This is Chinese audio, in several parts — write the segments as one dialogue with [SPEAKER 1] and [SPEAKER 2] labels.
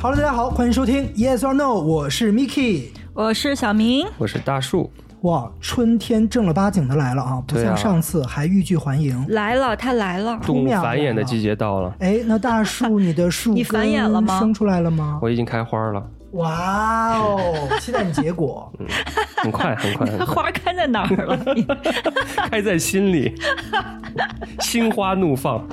[SPEAKER 1] Hello，大家好，欢迎收听 Yes or No，我是 Miki。
[SPEAKER 2] 我是小明，
[SPEAKER 3] 我是大树，
[SPEAKER 1] 哇，春天正儿八经的来了啊，不
[SPEAKER 3] 对
[SPEAKER 1] 像
[SPEAKER 3] 啊
[SPEAKER 1] 上次还欲拒还迎。
[SPEAKER 2] 来了，他来了。
[SPEAKER 3] 动物
[SPEAKER 1] 妙
[SPEAKER 3] 繁衍的季节到了，
[SPEAKER 1] 哎，那大树，你的树
[SPEAKER 2] 你繁衍了吗
[SPEAKER 1] 根生出来了吗？
[SPEAKER 3] 我已经开花了，
[SPEAKER 1] 哇 哦，期待你结果。
[SPEAKER 3] 嗯很快，很快，很快，
[SPEAKER 2] 花开在哪儿了？你
[SPEAKER 3] 开在心里，心花怒放。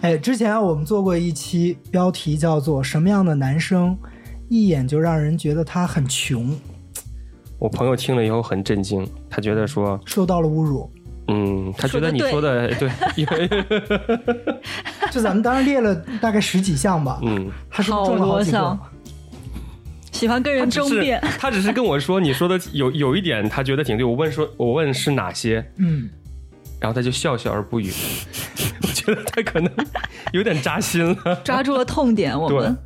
[SPEAKER 1] 哎，之前啊我们做过一期，标题叫做“什么样的男生一眼就让人觉得他很穷
[SPEAKER 3] 我朋友听了以后很震惊，他觉得说”，，
[SPEAKER 1] 受到了侮 辱。
[SPEAKER 3] 嗯，他觉得你
[SPEAKER 2] 说
[SPEAKER 3] 说的哎对，因为，
[SPEAKER 1] 就咱们当时列了大概十几项吧
[SPEAKER 3] 嗯，
[SPEAKER 1] 他是不是中了
[SPEAKER 2] 好
[SPEAKER 1] 好
[SPEAKER 2] 多
[SPEAKER 1] 几个
[SPEAKER 2] 项？ 喜欢跟人
[SPEAKER 3] 只
[SPEAKER 2] 争
[SPEAKER 3] 是
[SPEAKER 2] 辩，
[SPEAKER 3] 他只是跟我说你说的有有一点，他觉得挺对。我问说，我问是哪些，
[SPEAKER 1] 嗯，
[SPEAKER 3] 然后他就笑笑而不语。 我觉得他可能有点扎心了。
[SPEAKER 2] 抓住了痛点。我们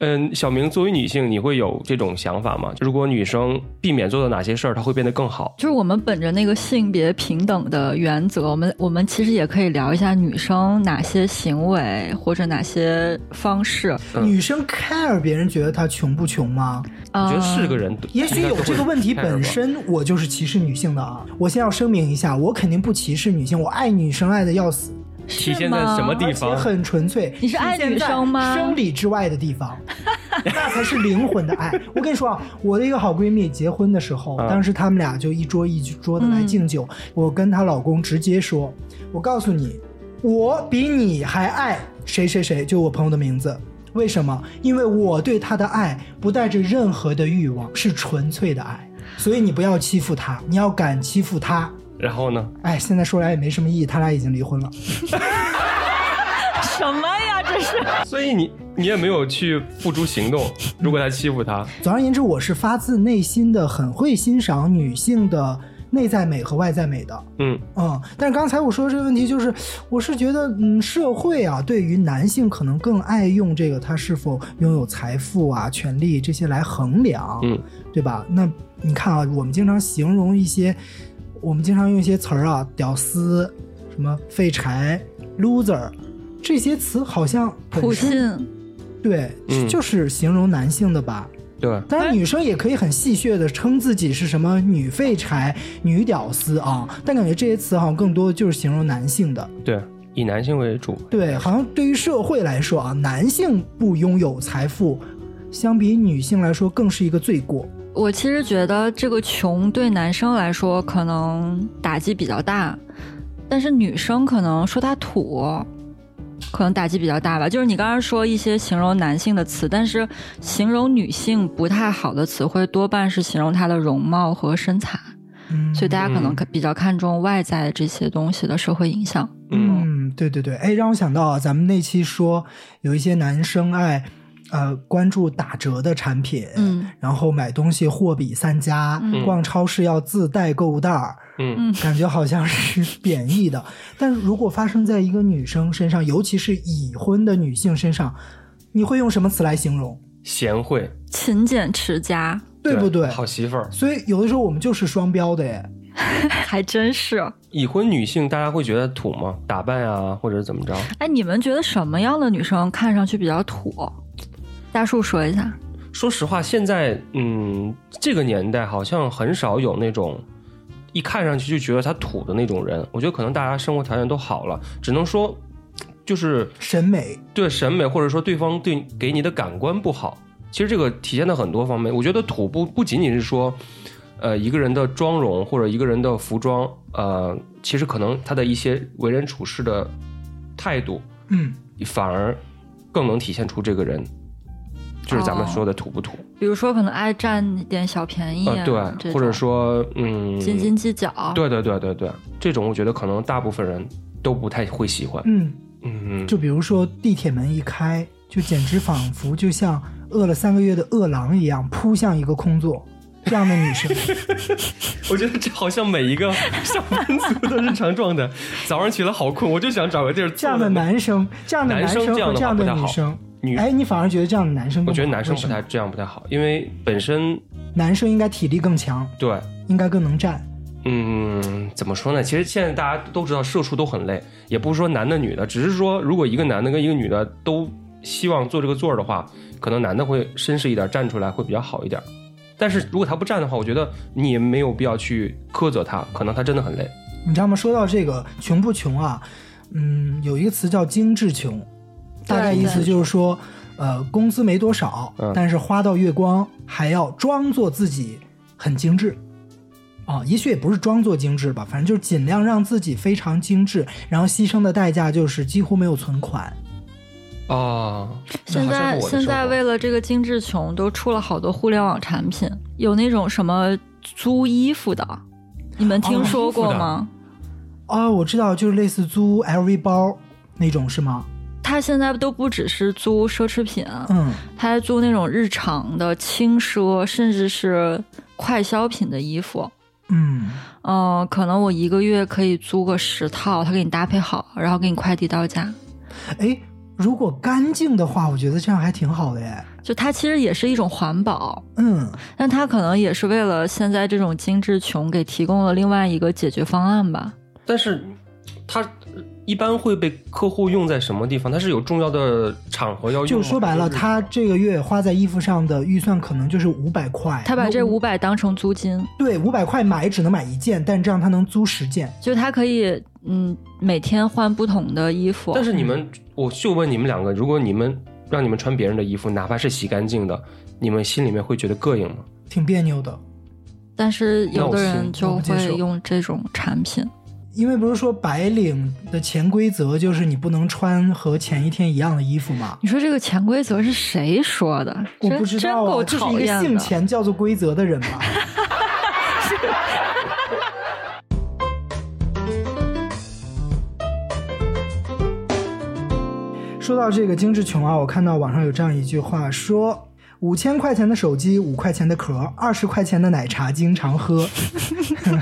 [SPEAKER 3] 嗯，小明，作为女性，你会有这种想法吗？就如果女生避免做的哪些事儿，她会变得更好？
[SPEAKER 2] 就是我们本着那个性别平等的原则，我们我们其实也可以聊一下女生哪些行为或者哪些方式。
[SPEAKER 3] 嗯
[SPEAKER 1] 女生 care 别人觉得他穷不穷吗？
[SPEAKER 3] 我
[SPEAKER 2] 呃
[SPEAKER 3] 觉得是个人，
[SPEAKER 1] 啊也许有这个问题
[SPEAKER 3] 应该都会
[SPEAKER 1] 本
[SPEAKER 3] care 吧。
[SPEAKER 1] 身，我就是歧视女性的啊！我先要声明一下，我肯定不歧视女性，我爱女生爱的要死，
[SPEAKER 3] 体现在什么地
[SPEAKER 1] 而且
[SPEAKER 3] 方？
[SPEAKER 1] 很纯粹。
[SPEAKER 2] 你是爱女生吗
[SPEAKER 1] 体现在生理之外的地方， 那才是灵魂的爱。我跟你说啊，我的一个好闺蜜结婚的时候，
[SPEAKER 3] 嗯
[SPEAKER 1] 当时她们俩就一桌一桌的来
[SPEAKER 2] 嗯
[SPEAKER 1] 敬酒，我跟她老公直接说：“我告诉你，我比你还爱谁谁谁，就我朋友的名字。”为什么？因为我对她的爱不带着任何的欲望，是纯粹的爱。所以你不要欺负她，你要敢欺负她。
[SPEAKER 3] 然后呢？
[SPEAKER 1] 哎，现在说来也没什么意义，他俩已经离婚了。
[SPEAKER 2] 什么呀？这是
[SPEAKER 3] 所以你你也没有去付诸行动。如果他欺负他，
[SPEAKER 1] 总而言之，我是发自内心的很会欣赏女性的内在美和外在美的。
[SPEAKER 3] 嗯，
[SPEAKER 1] 嗯，但是刚才我说的这个问题，就是我是觉得，嗯，社会啊，对于男性可能更爱用这个他是否拥有财富啊、权利这些来衡量，
[SPEAKER 3] 嗯，
[SPEAKER 1] 对吧？那你看啊，我们经常形容一些，我们经常用一些词儿啊，屌丝、什么废柴、loser 这些词，好像本
[SPEAKER 2] 普
[SPEAKER 1] 身
[SPEAKER 2] 信，
[SPEAKER 1] 对，
[SPEAKER 3] 嗯
[SPEAKER 1] 就是形容男性的吧。
[SPEAKER 3] 对，
[SPEAKER 1] 当然，女生也可以很戏谑的称自己是什么女废柴、女屌丝啊，但感觉这些词好像更多就是形容男性的。
[SPEAKER 3] 对，以男性为主。
[SPEAKER 1] 对，好像对于社会来说啊，男性不拥有财富，相比女性来说更是一个罪过。
[SPEAKER 2] 我其实觉得这个穷对男生来说可能打击比较大，但是女生可能说他土，可能打击比较大吧。就是你刚刚说一些形容男性的词，但是形容女性不太好的词汇多半是形容她的容貌和身材，
[SPEAKER 1] 嗯，
[SPEAKER 2] 所以大家可能
[SPEAKER 3] 嗯
[SPEAKER 2] 看比较看重外在这些东西的社会影响。
[SPEAKER 3] 嗯，
[SPEAKER 1] 嗯，对对对，哎，让我想到啊，咱们那期说有一些男生爱，呃，关注打折的产品，
[SPEAKER 2] 嗯
[SPEAKER 1] 然后买东西货比三家，
[SPEAKER 2] 嗯
[SPEAKER 1] 逛超市要自带购物袋儿，
[SPEAKER 3] 嗯
[SPEAKER 2] 嗯
[SPEAKER 1] 感觉好像是贬义的。但如果发生在一个女生身上，尤其是已婚的女性身上，你会用什么词来形容？
[SPEAKER 3] 贤惠，
[SPEAKER 2] 勤俭持家，
[SPEAKER 1] 对不对？
[SPEAKER 3] 好媳妇儿。
[SPEAKER 1] 所以有的时候我们就是双标的耶。
[SPEAKER 2] 还真是。
[SPEAKER 3] 已婚女性大家会觉得土吗？打扮啊，或者怎么着？
[SPEAKER 2] 哎，你们觉得什么样的女生看上去比较土？大树说一下。
[SPEAKER 3] 说实话，现在嗯，这个年代好像很少有那种一看上去就觉得她土的那种人。我觉得可能大家生活条件都好了，只能说就是
[SPEAKER 1] 审美，
[SPEAKER 3] 对审美或者说对方对给你的感官不好。其实这个体现在很多方面。我觉得土不不仅仅是说，呃，一个人的妆容或者一个人的服装，呃，其实可能他的一些为人处事的态度，
[SPEAKER 1] 嗯，
[SPEAKER 3] 反而更能体现出这个人，就是咱们
[SPEAKER 2] 哦
[SPEAKER 3] 说的土不土。
[SPEAKER 2] 比如说可能爱占一点小便宜、啊
[SPEAKER 3] 呃，
[SPEAKER 2] 这
[SPEAKER 3] 对，或
[SPEAKER 2] 种
[SPEAKER 3] 者说，嗯，
[SPEAKER 2] 斤斤计较，，
[SPEAKER 3] 对对对对对，这种我觉得可能大部分人都不太会喜欢。
[SPEAKER 1] 嗯，
[SPEAKER 3] 嗯，
[SPEAKER 1] 就比如说地铁门一开，就简直仿佛就像饿了三个月的饿狼一样扑向一个空座，这样的女 生。
[SPEAKER 3] 我觉得这好像每一个上班族的日常状态。早上起来好困，我就想找个地儿坐
[SPEAKER 1] 这样的
[SPEAKER 3] 着
[SPEAKER 1] 男生，这样的
[SPEAKER 3] 男生
[SPEAKER 1] 生
[SPEAKER 3] 这样
[SPEAKER 1] 和
[SPEAKER 3] 的
[SPEAKER 1] 这样
[SPEAKER 3] 话
[SPEAKER 1] 的
[SPEAKER 3] 不太
[SPEAKER 1] 女
[SPEAKER 3] 好
[SPEAKER 1] 生，
[SPEAKER 3] 女，
[SPEAKER 1] 哎，你反而觉得这样的男生更好，
[SPEAKER 3] 我觉得男生
[SPEAKER 1] 为
[SPEAKER 3] 不太
[SPEAKER 1] 什么，
[SPEAKER 3] 这样不太好，因为本身
[SPEAKER 1] 男生应该体力更强，
[SPEAKER 3] 对
[SPEAKER 1] 应该更能站。
[SPEAKER 3] 嗯，怎么说呢？其实现在大家都知道，社畜都很累，也不是说男的女的，只是说如果一个男的跟一个女的都希望做这个座儿的话，可能男的会绅士一点，站出来会比较好一点。但是如果他不站的话，我觉得你也没有必要去苛责他，可能他真的很累。
[SPEAKER 1] 你知道吗？说到这个穷不穷啊，嗯，有一个词叫精致穷，大概意思就是说，呃，工资没多少，
[SPEAKER 3] 嗯
[SPEAKER 1] 但是花到月光，还要装作自己很精致。啊，也许也不是装作精致吧，反正就是尽量让自己非常精致，然后牺牲的代价就是几乎没有存款。
[SPEAKER 3] 啊，这
[SPEAKER 2] 现
[SPEAKER 3] 好像
[SPEAKER 2] 在
[SPEAKER 3] 是我的
[SPEAKER 2] 现
[SPEAKER 3] 生
[SPEAKER 2] 在
[SPEAKER 3] 活
[SPEAKER 2] 为了这个精致穷，都出了好多互联网产品，有那种什么租衣服的，你们听说过吗？
[SPEAKER 3] 啊
[SPEAKER 1] 哦，我知道，就是类似租 LV 包那种是吗？
[SPEAKER 2] 他现在都不只是租奢侈品，
[SPEAKER 1] 嗯，
[SPEAKER 2] 他还租那种日常的轻奢，甚至是快消品的衣服。
[SPEAKER 1] 嗯，
[SPEAKER 2] 嗯，可能我一个月可以租个十套，他给你搭配好，然后给你快递到家。
[SPEAKER 1] 哎，如果干净的话，我觉得这样还挺好的耶。
[SPEAKER 2] 就它其实也是一种环保，
[SPEAKER 1] 嗯，
[SPEAKER 2] 但它可能也是为了现在这种精致穷给提供了另外一个解决方案吧。
[SPEAKER 3] 但是它一般会被客户用在什么地方？它是有重要的场合要用吗，
[SPEAKER 1] 就说白了，
[SPEAKER 3] 就
[SPEAKER 1] 他这个月花在衣服上的预算可能就是五百块。
[SPEAKER 2] 他把这
[SPEAKER 1] 那
[SPEAKER 2] 五百当成租金，
[SPEAKER 1] 对五百块买只能买一件，但这样他能租十件。
[SPEAKER 2] 就他可以嗯每天换不同的衣服。
[SPEAKER 3] 但是你们，我就问你们两个，如果你们让你们穿别人的衣服，哪怕是洗干净的，你们心里面会觉得膈应吗？
[SPEAKER 1] 挺别扭的，
[SPEAKER 2] 但是有的人
[SPEAKER 1] 那我
[SPEAKER 2] 就
[SPEAKER 1] 行我不接
[SPEAKER 2] 会
[SPEAKER 1] 受
[SPEAKER 2] 用这种产品，
[SPEAKER 1] 因为不是说白领的潜规则就是你不能穿和前一天一样的衣服吗？
[SPEAKER 2] 你说这个潜规则是谁说的？
[SPEAKER 1] 我
[SPEAKER 2] 真
[SPEAKER 1] 不知道
[SPEAKER 2] 真
[SPEAKER 1] 啊，
[SPEAKER 2] 够
[SPEAKER 1] 就是
[SPEAKER 2] 讨
[SPEAKER 1] 一个
[SPEAKER 2] 厌
[SPEAKER 1] 姓
[SPEAKER 2] 的。
[SPEAKER 1] 钱叫做规则的人吧。 说到这个精致穷啊，我看到网上有这样一句话说。五千块钱的手机，五块钱的壳，二十块钱的奶茶经常喝，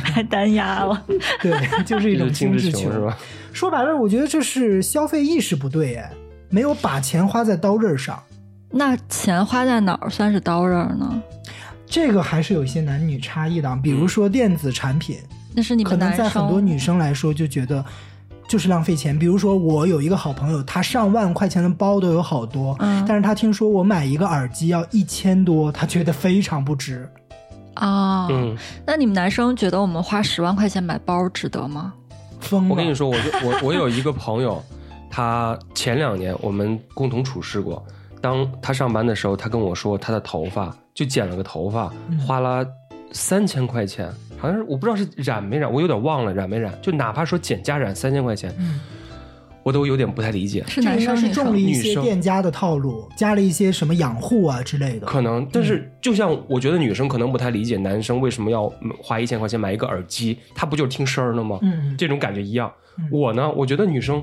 [SPEAKER 2] 太单压了。
[SPEAKER 1] 对， 就是一
[SPEAKER 3] 这
[SPEAKER 1] 种
[SPEAKER 3] 是精
[SPEAKER 1] 精
[SPEAKER 3] 致
[SPEAKER 1] 致
[SPEAKER 3] 穷
[SPEAKER 1] 穷
[SPEAKER 3] 是？吧？
[SPEAKER 1] 说白了，我觉得这是消费意识不对，哎，没有把钱花在刀刃上。
[SPEAKER 2] 那钱花在哪儿算是刀刃儿呢？
[SPEAKER 1] 这个还是有一些男女差异的啊，比如说电子产品，
[SPEAKER 2] 那嗯是你
[SPEAKER 1] 可
[SPEAKER 2] 们
[SPEAKER 1] 能
[SPEAKER 2] 男
[SPEAKER 1] 在
[SPEAKER 2] 生
[SPEAKER 1] 很多女生来说就觉得就是浪费钱。比如说，我有一个好朋友，他上万块钱的包都有好多，
[SPEAKER 2] 嗯
[SPEAKER 1] 但是他听说我买一个耳机要一千多，他觉得非常不值。
[SPEAKER 2] 啊、
[SPEAKER 3] 嗯，
[SPEAKER 2] 那你们男生觉得我们花十万块钱买包值得吗？
[SPEAKER 1] 疯了！
[SPEAKER 3] 我跟你说，我就我我有一个朋友，他前两年我们共同处事过。当他上班的时候，他跟我说他的头发就剪了个头发，
[SPEAKER 1] 嗯
[SPEAKER 3] 花了三千块钱，好像是我不知道是染没染，我有点忘了染没染。就哪怕说剪加染三千块钱，
[SPEAKER 1] 嗯
[SPEAKER 3] 我都有点不太理解。
[SPEAKER 2] 是
[SPEAKER 1] 这
[SPEAKER 2] 男
[SPEAKER 1] 应该
[SPEAKER 2] 生
[SPEAKER 1] 是
[SPEAKER 2] 女
[SPEAKER 1] 中了
[SPEAKER 2] 生？
[SPEAKER 1] 一
[SPEAKER 3] 女
[SPEAKER 1] 些
[SPEAKER 3] 生
[SPEAKER 1] 店家的套路，加了一些什么养护啊之类的。
[SPEAKER 3] 可
[SPEAKER 2] 嗯
[SPEAKER 3] 能，但是就像我觉得女生可能不太理解男生为什么要嗯花一千块钱买一个耳机，他不就是听声儿的吗？
[SPEAKER 1] 嗯，
[SPEAKER 3] 这种感觉一样
[SPEAKER 1] 嗯。
[SPEAKER 3] 我呢，我觉得女生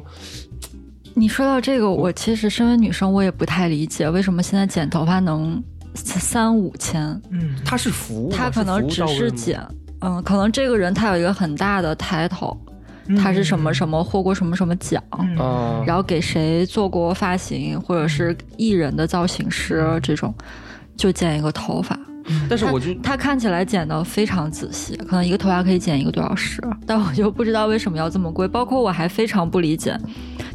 [SPEAKER 2] 你说到这个，我其实身为女生，我也不太理解为什么现在剪头发能三三五千，
[SPEAKER 1] 嗯，
[SPEAKER 3] 她是服务吗，
[SPEAKER 2] 他可能只是
[SPEAKER 3] 剪，
[SPEAKER 2] 剪，嗯，可能这个人他有一个很大的 title，他
[SPEAKER 3] 嗯
[SPEAKER 2] 是什么什么获过什么什么奖，
[SPEAKER 1] 嗯
[SPEAKER 3] 啊
[SPEAKER 2] 然后给谁做过发型，或者
[SPEAKER 3] 嗯
[SPEAKER 2] 是艺人的造型师这种，就剪一个头发。
[SPEAKER 3] 但是
[SPEAKER 2] 他
[SPEAKER 3] 我就
[SPEAKER 2] 他看起来剪的非常仔细，可能一个头发可以剪一个多小时，但我就不知道为什么要这么贵。包括我还非常不理解，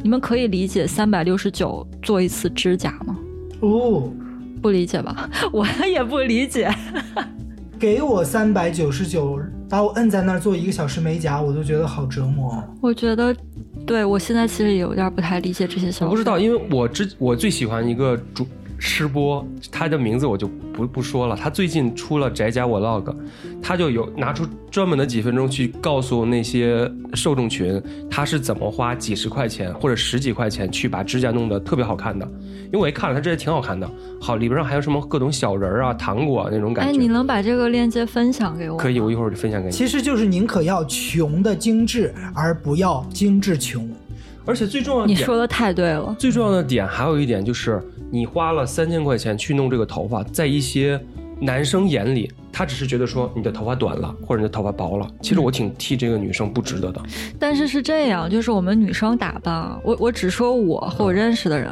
[SPEAKER 2] 你们可以理解三百六十九做一次指甲吗？
[SPEAKER 1] 哦，
[SPEAKER 2] 不理解吧？ 我也不理解。
[SPEAKER 1] 给我三百九十九，把我摁在那儿做一个小时美甲，我都觉得好折磨哦。
[SPEAKER 2] 我觉得，对我现在其实也有点不太理解这些消费。
[SPEAKER 3] 我不知道，因为我之我最喜欢一个主吃播，他的名字我就不不说了。他最近出了宅家 vlog，他就有拿出专门的几分钟去告诉那些受众群，他是怎么花几十块钱或者十几块钱去把指甲弄得特别好看的。因为我一看了，他这也挺好看的，好里边上还有什么各种小人儿啊、糖果啊那种
[SPEAKER 2] 哎，
[SPEAKER 3] 感
[SPEAKER 2] 你
[SPEAKER 3] 觉。
[SPEAKER 2] 能把这个链接分享给我？
[SPEAKER 3] 可以，我一会儿就分享给你。
[SPEAKER 1] 其实就是宁可要穷的精致，而不要精致穷。
[SPEAKER 3] 而且最重要的
[SPEAKER 2] 你
[SPEAKER 3] 点，
[SPEAKER 2] 说的太对了，
[SPEAKER 3] 最重要的点还有一点就是，你花了三千块钱去弄这个头发，在一些男生眼里，他只是觉得说你的头发短了，或者你的头发薄了。其实我挺替这个女生不值得的。
[SPEAKER 2] 但是是这样，就是我们女生打扮，啊我我只说我和我认识的人，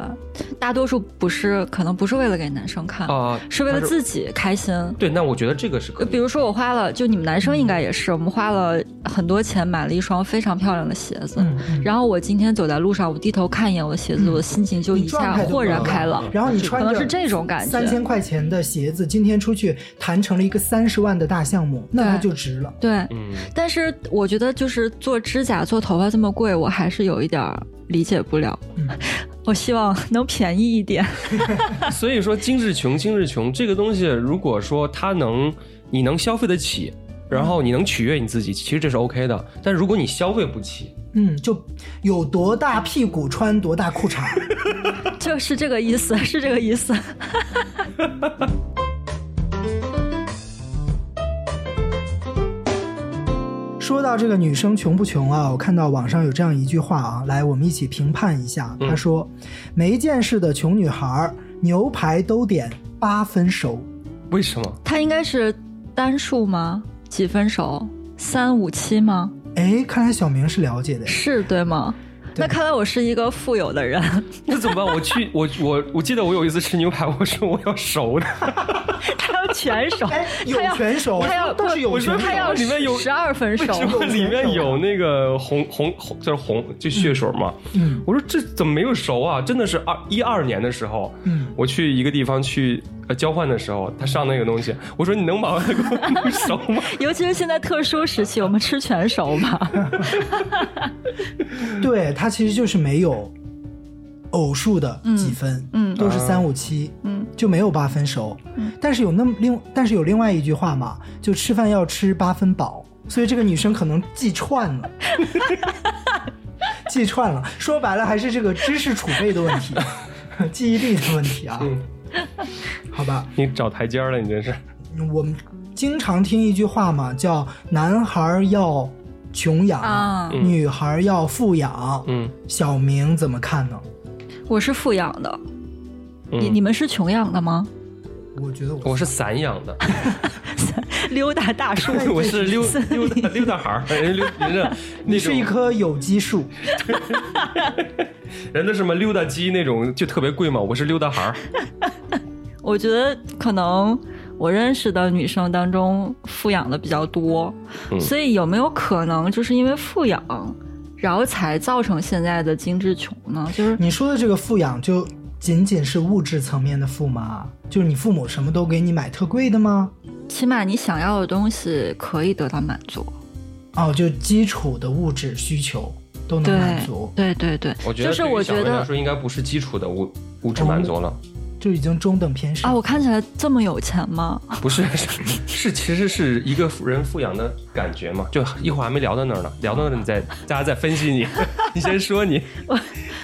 [SPEAKER 2] 大多数不是，可能不是为了给男生看，
[SPEAKER 3] 啊
[SPEAKER 2] 是为了
[SPEAKER 3] 他是
[SPEAKER 2] 自己开心。
[SPEAKER 3] 对，那我觉得这个是可
[SPEAKER 2] 呃
[SPEAKER 3] 以。
[SPEAKER 2] 比如说我花了，就你们男生应该也是，我们花了很多钱买了一双非常漂亮的鞋子。
[SPEAKER 1] 嗯嗯
[SPEAKER 2] 然后我今天走在路上，我低头看一眼我的鞋子，
[SPEAKER 1] 嗯
[SPEAKER 2] 我的心情就
[SPEAKER 1] 你
[SPEAKER 2] 一
[SPEAKER 1] 状
[SPEAKER 2] 下
[SPEAKER 1] 态就
[SPEAKER 2] 豁然
[SPEAKER 1] 不一样
[SPEAKER 2] 开朗。
[SPEAKER 1] 然后你穿
[SPEAKER 2] 可能
[SPEAKER 1] 着
[SPEAKER 2] 是这种感
[SPEAKER 1] 三
[SPEAKER 2] 觉
[SPEAKER 1] 千块钱的鞋子，今天出去谈成了一个三十万的大项目，那它
[SPEAKER 2] 对
[SPEAKER 1] 就值了。
[SPEAKER 2] 对，
[SPEAKER 3] 嗯，
[SPEAKER 2] 但是我觉得就是做指甲、做头发这么贵，我还是有一点儿理解不了。
[SPEAKER 1] 嗯
[SPEAKER 2] 我希望能便宜一点。
[SPEAKER 3] 所以说精致穷，精致穷这个东西，如果说它能，你能消费得起，然后你能取悦你自己，其实这是 OK 的。但如果你消费不起，
[SPEAKER 1] 嗯，就有多大屁股穿多大裤衩。
[SPEAKER 2] 就是这个意思， 是这个意思。
[SPEAKER 1] 说到这个女生穷不穷啊，我看到网上有这样一句话啊，来我们一起评判一下。
[SPEAKER 3] 嗯
[SPEAKER 1] 她说，没见识的穷女孩，牛排都点八分熟。
[SPEAKER 3] 为什么？
[SPEAKER 2] 它应该是单数吗？几分熟？三五七吗？
[SPEAKER 1] 哎，看来小明是了解的。
[SPEAKER 2] 是对吗？
[SPEAKER 1] 对
[SPEAKER 2] 那看来我是一个富有的人，
[SPEAKER 3] 那怎么办？我去，我我我记得我有一次吃牛排，我说我要熟的，
[SPEAKER 2] 他要全 熟，
[SPEAKER 1] 哎，有
[SPEAKER 2] 他要
[SPEAKER 1] 全熟，
[SPEAKER 2] 他要
[SPEAKER 1] 但是有
[SPEAKER 3] 我说
[SPEAKER 1] 全
[SPEAKER 2] 他
[SPEAKER 1] 熟。
[SPEAKER 2] 要
[SPEAKER 3] 里面有
[SPEAKER 2] 十二分熟
[SPEAKER 3] 为。什么 里面有那个红红红，就是红就血水嘛？
[SPEAKER 1] 嗯
[SPEAKER 3] 我说这怎么没有熟啊？真的是二一二年的时候，
[SPEAKER 1] 嗯，
[SPEAKER 3] 我去一个地方去呃交换的时候，他上那个东西，我说你能把它给我弄熟吗？
[SPEAKER 2] 尤其是现在特殊时期，我们吃全熟吧。
[SPEAKER 1] 对，它其实就是没有偶数的几分，
[SPEAKER 2] 嗯嗯
[SPEAKER 1] 都是三五七，
[SPEAKER 2] 嗯，
[SPEAKER 1] 就没有八分熟。但是有那么另，但是有另外一句话嘛，就吃饭要吃八分饱，所以这个女生可能记串 了。记串了，说白了还是这个知识储备的问题， 记忆力的问题啊。
[SPEAKER 3] 嗯
[SPEAKER 1] 好吧，
[SPEAKER 3] 你找台阶儿了，你这是。
[SPEAKER 1] 嗯我们经常听一句话嘛，叫“男孩要穷养，
[SPEAKER 2] 啊
[SPEAKER 3] 嗯
[SPEAKER 1] 女孩要富养”
[SPEAKER 3] 嗯，
[SPEAKER 1] 小明怎么看呢？
[SPEAKER 2] 我是富养的，
[SPEAKER 3] 嗯
[SPEAKER 2] 你你们是穷养的吗？
[SPEAKER 1] 我觉得我
[SPEAKER 3] 我是散养 的，
[SPEAKER 2] 溜达大 树，
[SPEAKER 3] 我是溜溜达溜达孩儿， 人溜 人家那
[SPEAKER 1] 你是一
[SPEAKER 3] 种
[SPEAKER 1] 棵有机树，
[SPEAKER 3] 人的什么溜达鸡那种就特别贵嘛，我是溜达孩儿。
[SPEAKER 2] 我觉得可能我认识的女生当中，富养的比较多，
[SPEAKER 3] 嗯
[SPEAKER 2] 所以有没有可能就是因为富养，然后才造成现在的精致穷呢？就是
[SPEAKER 1] 你说的这个富养，就仅仅是物质层面的富吗？就是你父母什么都给你买特贵的吗？
[SPEAKER 2] 起码你想要的东西可以得到满足，
[SPEAKER 1] 哦，就基础的物质需求都能
[SPEAKER 2] 对
[SPEAKER 1] 满足，
[SPEAKER 2] 对对对，
[SPEAKER 3] 我觉得
[SPEAKER 2] 就是
[SPEAKER 3] 对于
[SPEAKER 2] 我
[SPEAKER 3] 小
[SPEAKER 2] 觉
[SPEAKER 3] 薇来
[SPEAKER 2] 得
[SPEAKER 3] 说应该不是基础的物物质满足了，
[SPEAKER 1] 就已经中等偏上
[SPEAKER 2] 啊，我看起来这么有钱吗？
[SPEAKER 3] 不是 是是其实是一个人富养的感觉嘛，就一会儿还没聊到那儿呢，聊到那儿你再大家再分析你， 你先说你，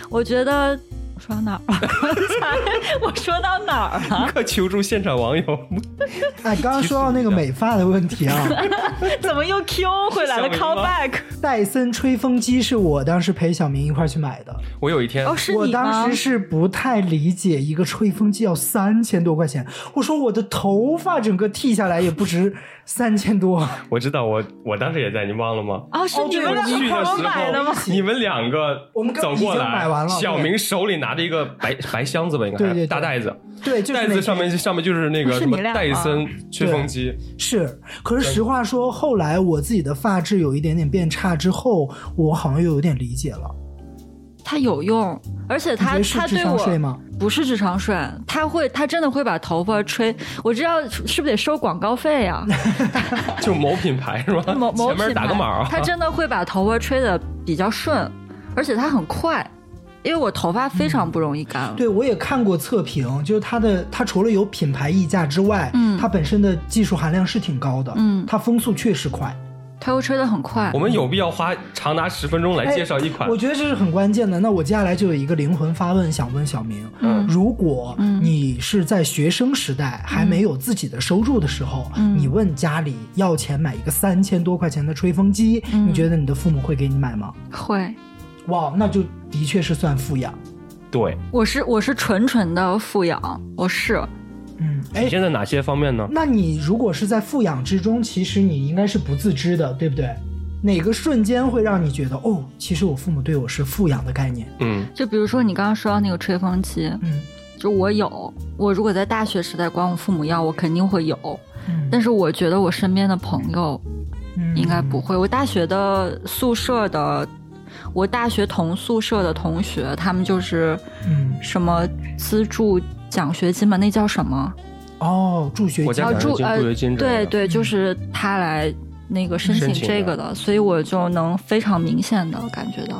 [SPEAKER 2] 我觉得我说到哪儿了？刚才我说到哪儿了？
[SPEAKER 3] 快求助现场网友。
[SPEAKER 1] 哎，刚刚说到那个美发的问题啊，
[SPEAKER 2] 怎么又 Q 回来了
[SPEAKER 3] 小明吗
[SPEAKER 2] ？Callback？
[SPEAKER 1] 戴森吹风机是我当时陪小明一块儿去买的，
[SPEAKER 3] 我有一天
[SPEAKER 2] 哦，是
[SPEAKER 1] 我
[SPEAKER 2] 你吗
[SPEAKER 1] 当时？是不太理解一个吹风机要三千多块钱，我说我的头发整个剃下来也不值三千 多，
[SPEAKER 3] 我知道我我当时也在，你忘了吗？
[SPEAKER 2] 哦，是
[SPEAKER 1] 哦
[SPEAKER 2] 你
[SPEAKER 1] 对
[SPEAKER 2] 们
[SPEAKER 1] 我
[SPEAKER 2] 俩
[SPEAKER 1] 记
[SPEAKER 2] 一
[SPEAKER 3] 去
[SPEAKER 2] 块
[SPEAKER 3] 的
[SPEAKER 2] 儿
[SPEAKER 3] 时
[SPEAKER 2] 买的吗？
[SPEAKER 3] 候，你们两个
[SPEAKER 1] 我们刚
[SPEAKER 3] 走过
[SPEAKER 1] 已经买完
[SPEAKER 3] 来
[SPEAKER 1] 了，对
[SPEAKER 3] 小明手里拿着一个白白箱子吧，应该
[SPEAKER 1] 对对对
[SPEAKER 3] 大袋子，
[SPEAKER 1] 对，就是
[SPEAKER 3] 袋
[SPEAKER 1] 那
[SPEAKER 3] 子
[SPEAKER 1] 个
[SPEAKER 3] 上面上面就是那个
[SPEAKER 2] 是
[SPEAKER 3] 什么
[SPEAKER 2] 你俩啊吗
[SPEAKER 3] 戴森吹风机，
[SPEAKER 1] 是，可是实话说，后来我自己的发质有一点点变差之后，我好像又有点理解了。
[SPEAKER 2] 它有用，而且
[SPEAKER 1] 你觉
[SPEAKER 2] 它
[SPEAKER 1] 得是
[SPEAKER 2] 它
[SPEAKER 1] 智
[SPEAKER 2] 对
[SPEAKER 1] 商税
[SPEAKER 2] 我
[SPEAKER 1] 吗？
[SPEAKER 2] 不是智商税，它会它真的会把头发吹，我知道是不是得收广告 费啊？
[SPEAKER 3] 就某品牌是吧？
[SPEAKER 2] 某某
[SPEAKER 3] 前面
[SPEAKER 2] 品
[SPEAKER 3] 打
[SPEAKER 2] 牌
[SPEAKER 3] 个码啊。
[SPEAKER 2] 它真的会把头发吹的比较顺，而且它很快，因为我头发非常不容易干。
[SPEAKER 1] 对，我也看过测评，就是它的，它除了有品牌溢价之外，
[SPEAKER 2] 嗯
[SPEAKER 1] 它本身的技术含量是挺高的，
[SPEAKER 2] 嗯
[SPEAKER 1] 它风速确实快。
[SPEAKER 2] 它会吹的很快
[SPEAKER 3] 我。们有必要花长达十分钟来
[SPEAKER 1] 哎
[SPEAKER 3] 介绍一款
[SPEAKER 1] 我觉得这是很关键的。那我接下来就有一个灵魂发问，想问小明：
[SPEAKER 2] 嗯
[SPEAKER 1] 如果
[SPEAKER 2] 嗯
[SPEAKER 1] 你是在学生时代还没有自己的收入的时候，
[SPEAKER 2] 嗯
[SPEAKER 1] 你问家里要钱买一个三千多块钱的吹风机，
[SPEAKER 2] 嗯
[SPEAKER 1] 你觉得你的父母会给你买吗？
[SPEAKER 2] 会，
[SPEAKER 1] 哇，那就的确是算富养。
[SPEAKER 3] 对，
[SPEAKER 2] 我是我是纯纯的富养，我是
[SPEAKER 1] 嗯，哎
[SPEAKER 3] 体，现在哪些方面呢？
[SPEAKER 1] 那你如果是在富养之中，其实你应该是不自知的，对不对？哪个瞬间会让你觉得哦，其实我父母对我是富养的概念？
[SPEAKER 3] 嗯
[SPEAKER 2] 就比如说你刚刚说到那个吹风机，
[SPEAKER 1] 嗯
[SPEAKER 2] 就我有，我如果在大学时代管我父母要，我肯定会有。
[SPEAKER 1] 嗯
[SPEAKER 2] 但是我觉得我身边的朋友
[SPEAKER 1] 嗯
[SPEAKER 2] 应该不会。我大学的宿舍的，我大学同宿舍的同学，他们就是
[SPEAKER 1] 嗯
[SPEAKER 2] 什么资助奖学金嘛，那叫什么？
[SPEAKER 1] 哦，助学
[SPEAKER 3] 国家
[SPEAKER 2] 啊，
[SPEAKER 3] 奖学
[SPEAKER 2] 助
[SPEAKER 3] 金
[SPEAKER 2] 呃
[SPEAKER 3] 助学金之类的
[SPEAKER 2] 对
[SPEAKER 3] 嗯
[SPEAKER 2] 对，就是他来那个申
[SPEAKER 3] 申
[SPEAKER 2] 请
[SPEAKER 3] 请
[SPEAKER 2] 这
[SPEAKER 3] 的
[SPEAKER 2] 个的，所以我就能非常明显的感觉到，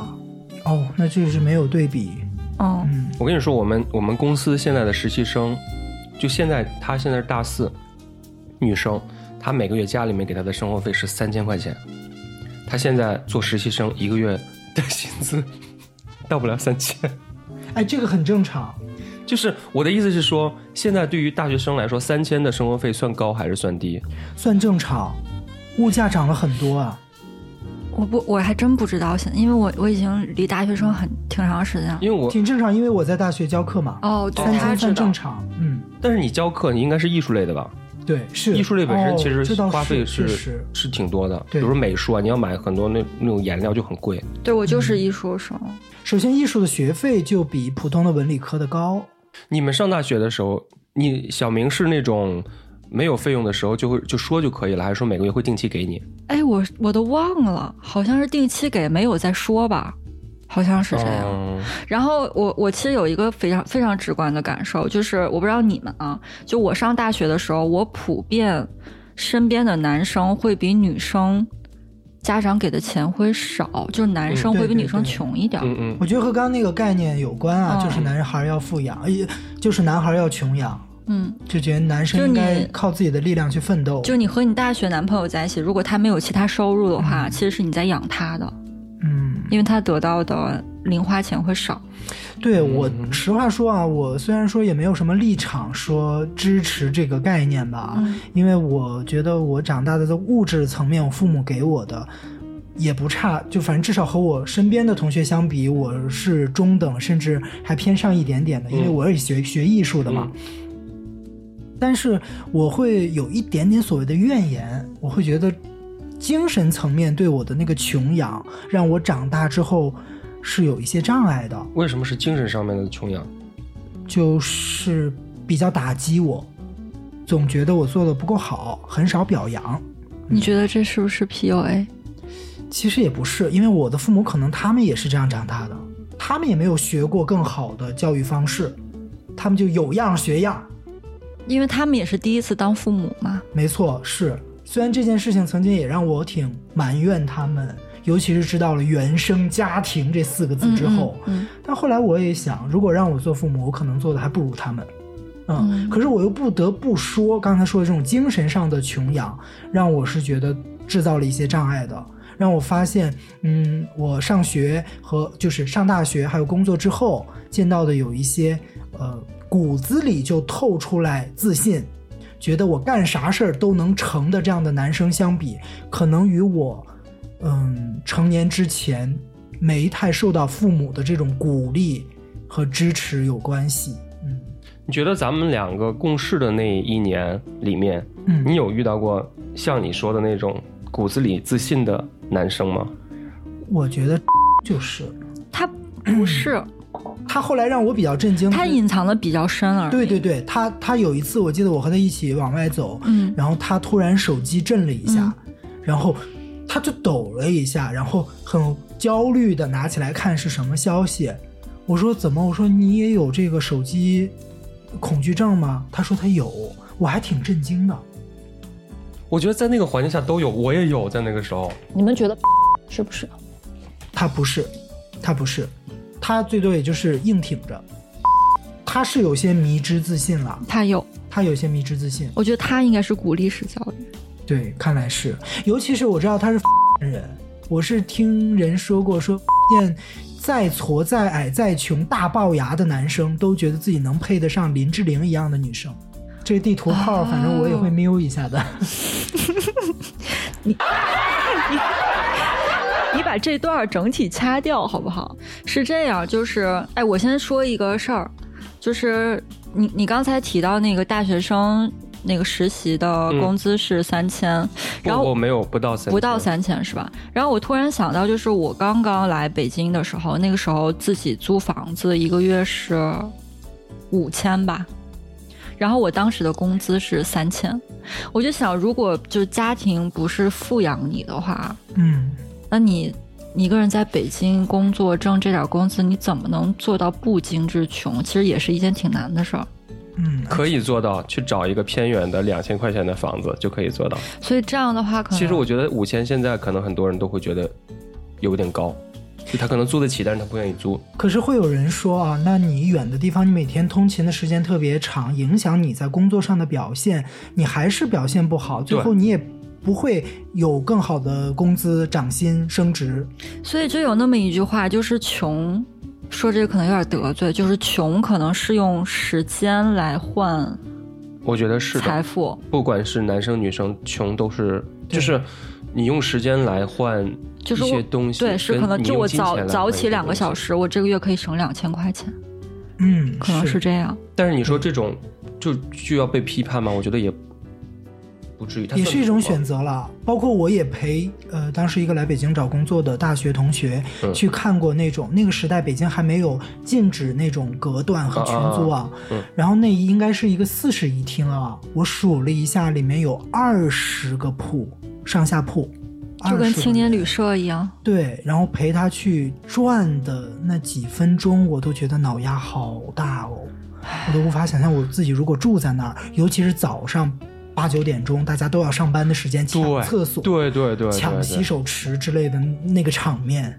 [SPEAKER 1] 哦，那就是没有对比。
[SPEAKER 2] 嗯
[SPEAKER 1] 嗯
[SPEAKER 3] 我跟你说，我们我们公司现在的实习生，就现在她现在是大四，女生，她每个月家里面给她的生活费是三千块钱，她现在做实习生一个月的薪资 到不了三千。
[SPEAKER 1] 哎，这个很正常。
[SPEAKER 3] 就是我的意思是说，现在对于大学生来说，三千的生活费算高还是算低？
[SPEAKER 1] 算正常，物价涨了很多啊。
[SPEAKER 2] 我不我还真不知道现，因为我我已经离大学生很挺长时间了。
[SPEAKER 3] 因为我，
[SPEAKER 1] 挺正常，因为我在大学教课嘛，
[SPEAKER 2] 哦，对
[SPEAKER 1] 三，
[SPEAKER 2] 他
[SPEAKER 1] 千
[SPEAKER 2] 知
[SPEAKER 1] 算
[SPEAKER 2] 道
[SPEAKER 1] 正。常。嗯，
[SPEAKER 3] 但是你教课，你应该是艺术类的吧？
[SPEAKER 1] 对，是
[SPEAKER 3] 艺术类本身
[SPEAKER 1] 哦
[SPEAKER 3] 其实
[SPEAKER 1] 这倒
[SPEAKER 3] 花费
[SPEAKER 1] 是
[SPEAKER 3] 是、
[SPEAKER 1] 确实
[SPEAKER 3] 是挺多的，比
[SPEAKER 1] 对
[SPEAKER 3] 如说美术啊，你要买很多那那种颜料就很贵。
[SPEAKER 2] 对我就是艺术生，
[SPEAKER 1] 首先，艺术的学费就比普通的文理科的高。
[SPEAKER 3] 你们上大学的时候，你小明是那种没有费用的时候就会就说就可以了，还是说每个月会定期给你？
[SPEAKER 2] 哎，我我都忘了，好像是定期给，没有再说吧，好像是这样。
[SPEAKER 3] 嗯
[SPEAKER 2] 然后我我其实有一个非常非常直观的感受，就是我不知道你们啊，就我上大学的时候，我普遍身边的男生会比女生家长给的钱会少，就是男生
[SPEAKER 1] 嗯
[SPEAKER 2] 会比
[SPEAKER 1] 对对
[SPEAKER 2] 女生
[SPEAKER 1] 对
[SPEAKER 2] 穷一点儿。
[SPEAKER 3] 嗯嗯，
[SPEAKER 1] 我觉得和刚刚那个概念有关啊，
[SPEAKER 2] 嗯
[SPEAKER 1] 就是男孩要富养，也就是男孩要穷养，
[SPEAKER 2] 嗯，
[SPEAKER 1] 就觉得男生
[SPEAKER 2] 就
[SPEAKER 1] 应
[SPEAKER 2] 你
[SPEAKER 1] 该靠自己的力量去奋斗。
[SPEAKER 2] 就你和你大学男朋友在一起，如果他没有其他收入的话，其实是你在养他的，
[SPEAKER 1] 嗯，
[SPEAKER 2] 因为他得到的零花钱会少。
[SPEAKER 1] 对我实话说啊，我虽然说也没有什么立场说支持这个概念吧，
[SPEAKER 2] 嗯
[SPEAKER 1] 因为我觉得我长大的在物质层面，我父母给我的也不差，就反正至少和我身边的同学相比，我是中等，甚至还偏上一点点的，因为
[SPEAKER 3] 嗯
[SPEAKER 1] 我也学、学艺术的嘛。但是我会有一点点所谓的怨言，我会觉得精神层面对我的那个穷养，让我长大之后是有一些障碍的。
[SPEAKER 3] 为什么是精神上面的穷养？
[SPEAKER 1] 就是比较打击我，总觉得我做的不够好，很少表扬。
[SPEAKER 2] 你觉得这是不是 PUA？
[SPEAKER 1] 其实也不是，因为我的父母可能他们也是这样长大的，他们也没有学过更好的教育方式，他们就有样学样。
[SPEAKER 2] 因为他们也是第一次当父母嘛。
[SPEAKER 1] 没错，是。虽然这件事情曾经也让我挺埋怨他们，尤其是知道了“原生家庭”这四个字之后，
[SPEAKER 2] 嗯，
[SPEAKER 1] 但后来我也想，如果让我做父母，我可能做的还不如他们。嗯，
[SPEAKER 2] 嗯
[SPEAKER 1] 可是我又不得不说，刚才说的这种精神上的穷养，让我是觉得制造了一些障碍的，让我发现，嗯，我上学和就是上大学还有工作之后见到的有一些，呃，骨子里就透出来自信，觉得我干啥事儿都能成的这样的男生相比，可能与我，嗯，成年之前没太受到父母的这种鼓励和支持有关系。嗯
[SPEAKER 3] 你觉得咱们两个共事的那一年里面，
[SPEAKER 1] 嗯，
[SPEAKER 3] 你有遇到过像你说的那种骨子里自信的男生吗？
[SPEAKER 1] 我觉得 就是
[SPEAKER 2] 他不是，
[SPEAKER 1] 他后来让我比较震惊的是，
[SPEAKER 2] 他隐藏的比较深而已。
[SPEAKER 1] 对对对，他他有一次我记得我和他一起往外走，
[SPEAKER 2] 嗯
[SPEAKER 1] 然后他突然手机震了一下，然后他就抖了一下，然后很焦虑的拿起来看是什么消息。我说怎么？我说你也有这个手机恐惧症吗？他说他有，我还挺震惊的。
[SPEAKER 3] 我觉得在那个环境下都有，我也有在那个时候。
[SPEAKER 4] 你们觉得是不是？
[SPEAKER 1] 他不是，他不是，他最多也就是硬挺着。他是有些迷之自信了，
[SPEAKER 2] 他有，
[SPEAKER 1] 他有些迷之自信。
[SPEAKER 2] 我觉得他应该是鼓励式教育。
[SPEAKER 1] 对，看来是，尤其是我知道他是 人，我是听人说过说 见再矬再矮再穷大龅牙的男生都觉得自己能配得上林志玲一样的女生。这个地图号，反正我也会瞄一下的。
[SPEAKER 2] 你把这段儿整体掐掉好不好？是这样，就是，哎，我先说一个事儿，就是你你刚才提到那个大学生那个实习的工资是三千、然
[SPEAKER 3] 不
[SPEAKER 2] 后
[SPEAKER 3] 过没有不到三，
[SPEAKER 2] 不到，三千是吧？然后我突然想到，就是我刚刚来北京的时候，那个时候自己租房子一个月是五千吧，然后我当时的工资是三千，我就想，如果就是家庭不是富养你的话，
[SPEAKER 1] 嗯，
[SPEAKER 2] 那你你一个人在北京工作挣这点工资，你怎么能做到不精致穷？其实也是一件挺难的事儿。
[SPEAKER 1] 嗯，
[SPEAKER 3] 可以做到。去找一个偏远的两千块钱的房子就可以做到。
[SPEAKER 2] 所以这样的话，可能
[SPEAKER 3] 其实我觉得五千现在可能很多人都会觉得有点高，就他可能租得起，但是他不愿意租。
[SPEAKER 1] 可是会有人说啊，那你远的地方，你每天通勤的时间特别长，影响你在工作上的表现，你还是表现不好，最
[SPEAKER 3] 对
[SPEAKER 1] 后你也不会有更好的工资、涨薪、升职。
[SPEAKER 2] 所以就有那么一句话，就是穷，说这个可能有点得罪，就是穷可能是用时间来换
[SPEAKER 3] 我觉得是的，
[SPEAKER 2] 财富。
[SPEAKER 3] 不管是男生女生，穷都是，
[SPEAKER 1] 对
[SPEAKER 3] 就是你用时间来换
[SPEAKER 2] 就
[SPEAKER 3] 一
[SPEAKER 2] 是我
[SPEAKER 3] 些东西，
[SPEAKER 2] 对，是
[SPEAKER 3] 跟
[SPEAKER 2] 可能
[SPEAKER 3] 你
[SPEAKER 2] 就
[SPEAKER 3] 用
[SPEAKER 2] 我
[SPEAKER 3] 金钱
[SPEAKER 2] 早
[SPEAKER 3] 来
[SPEAKER 2] 早
[SPEAKER 3] 换一
[SPEAKER 2] 起
[SPEAKER 3] 些
[SPEAKER 2] 两个
[SPEAKER 3] 东西
[SPEAKER 2] 小时，我这个月可以省两千块钱，
[SPEAKER 1] 嗯，
[SPEAKER 2] 可能是这样。
[SPEAKER 3] 但是你说这种就就要被批判吗？我觉得也不至于，它
[SPEAKER 1] 也
[SPEAKER 3] 算
[SPEAKER 1] 是一种
[SPEAKER 3] 什么
[SPEAKER 1] 选择了。包括我也陪呃，当时一个来北京找工作的大学同学、
[SPEAKER 3] 嗯
[SPEAKER 1] 去看过那种那个时代北京还没有禁止那种隔断和群租啊，
[SPEAKER 3] 嗯
[SPEAKER 1] 然后那应该是一个四室一厅啊，我数了一下，里面有二十个铺，上下铺，
[SPEAKER 2] 就跟
[SPEAKER 1] 20个
[SPEAKER 2] 青年旅社一样，
[SPEAKER 1] 对，然后陪他去转的那几分钟，我都觉得脑压好大哦，我都无法想象我自己如果住在那儿，尤其是早上八九点钟，大家都要上班的时间，抢
[SPEAKER 3] 对
[SPEAKER 1] 厕所、
[SPEAKER 3] 对对对对
[SPEAKER 1] 抢洗
[SPEAKER 3] 对。
[SPEAKER 1] 手池之类的那个场面，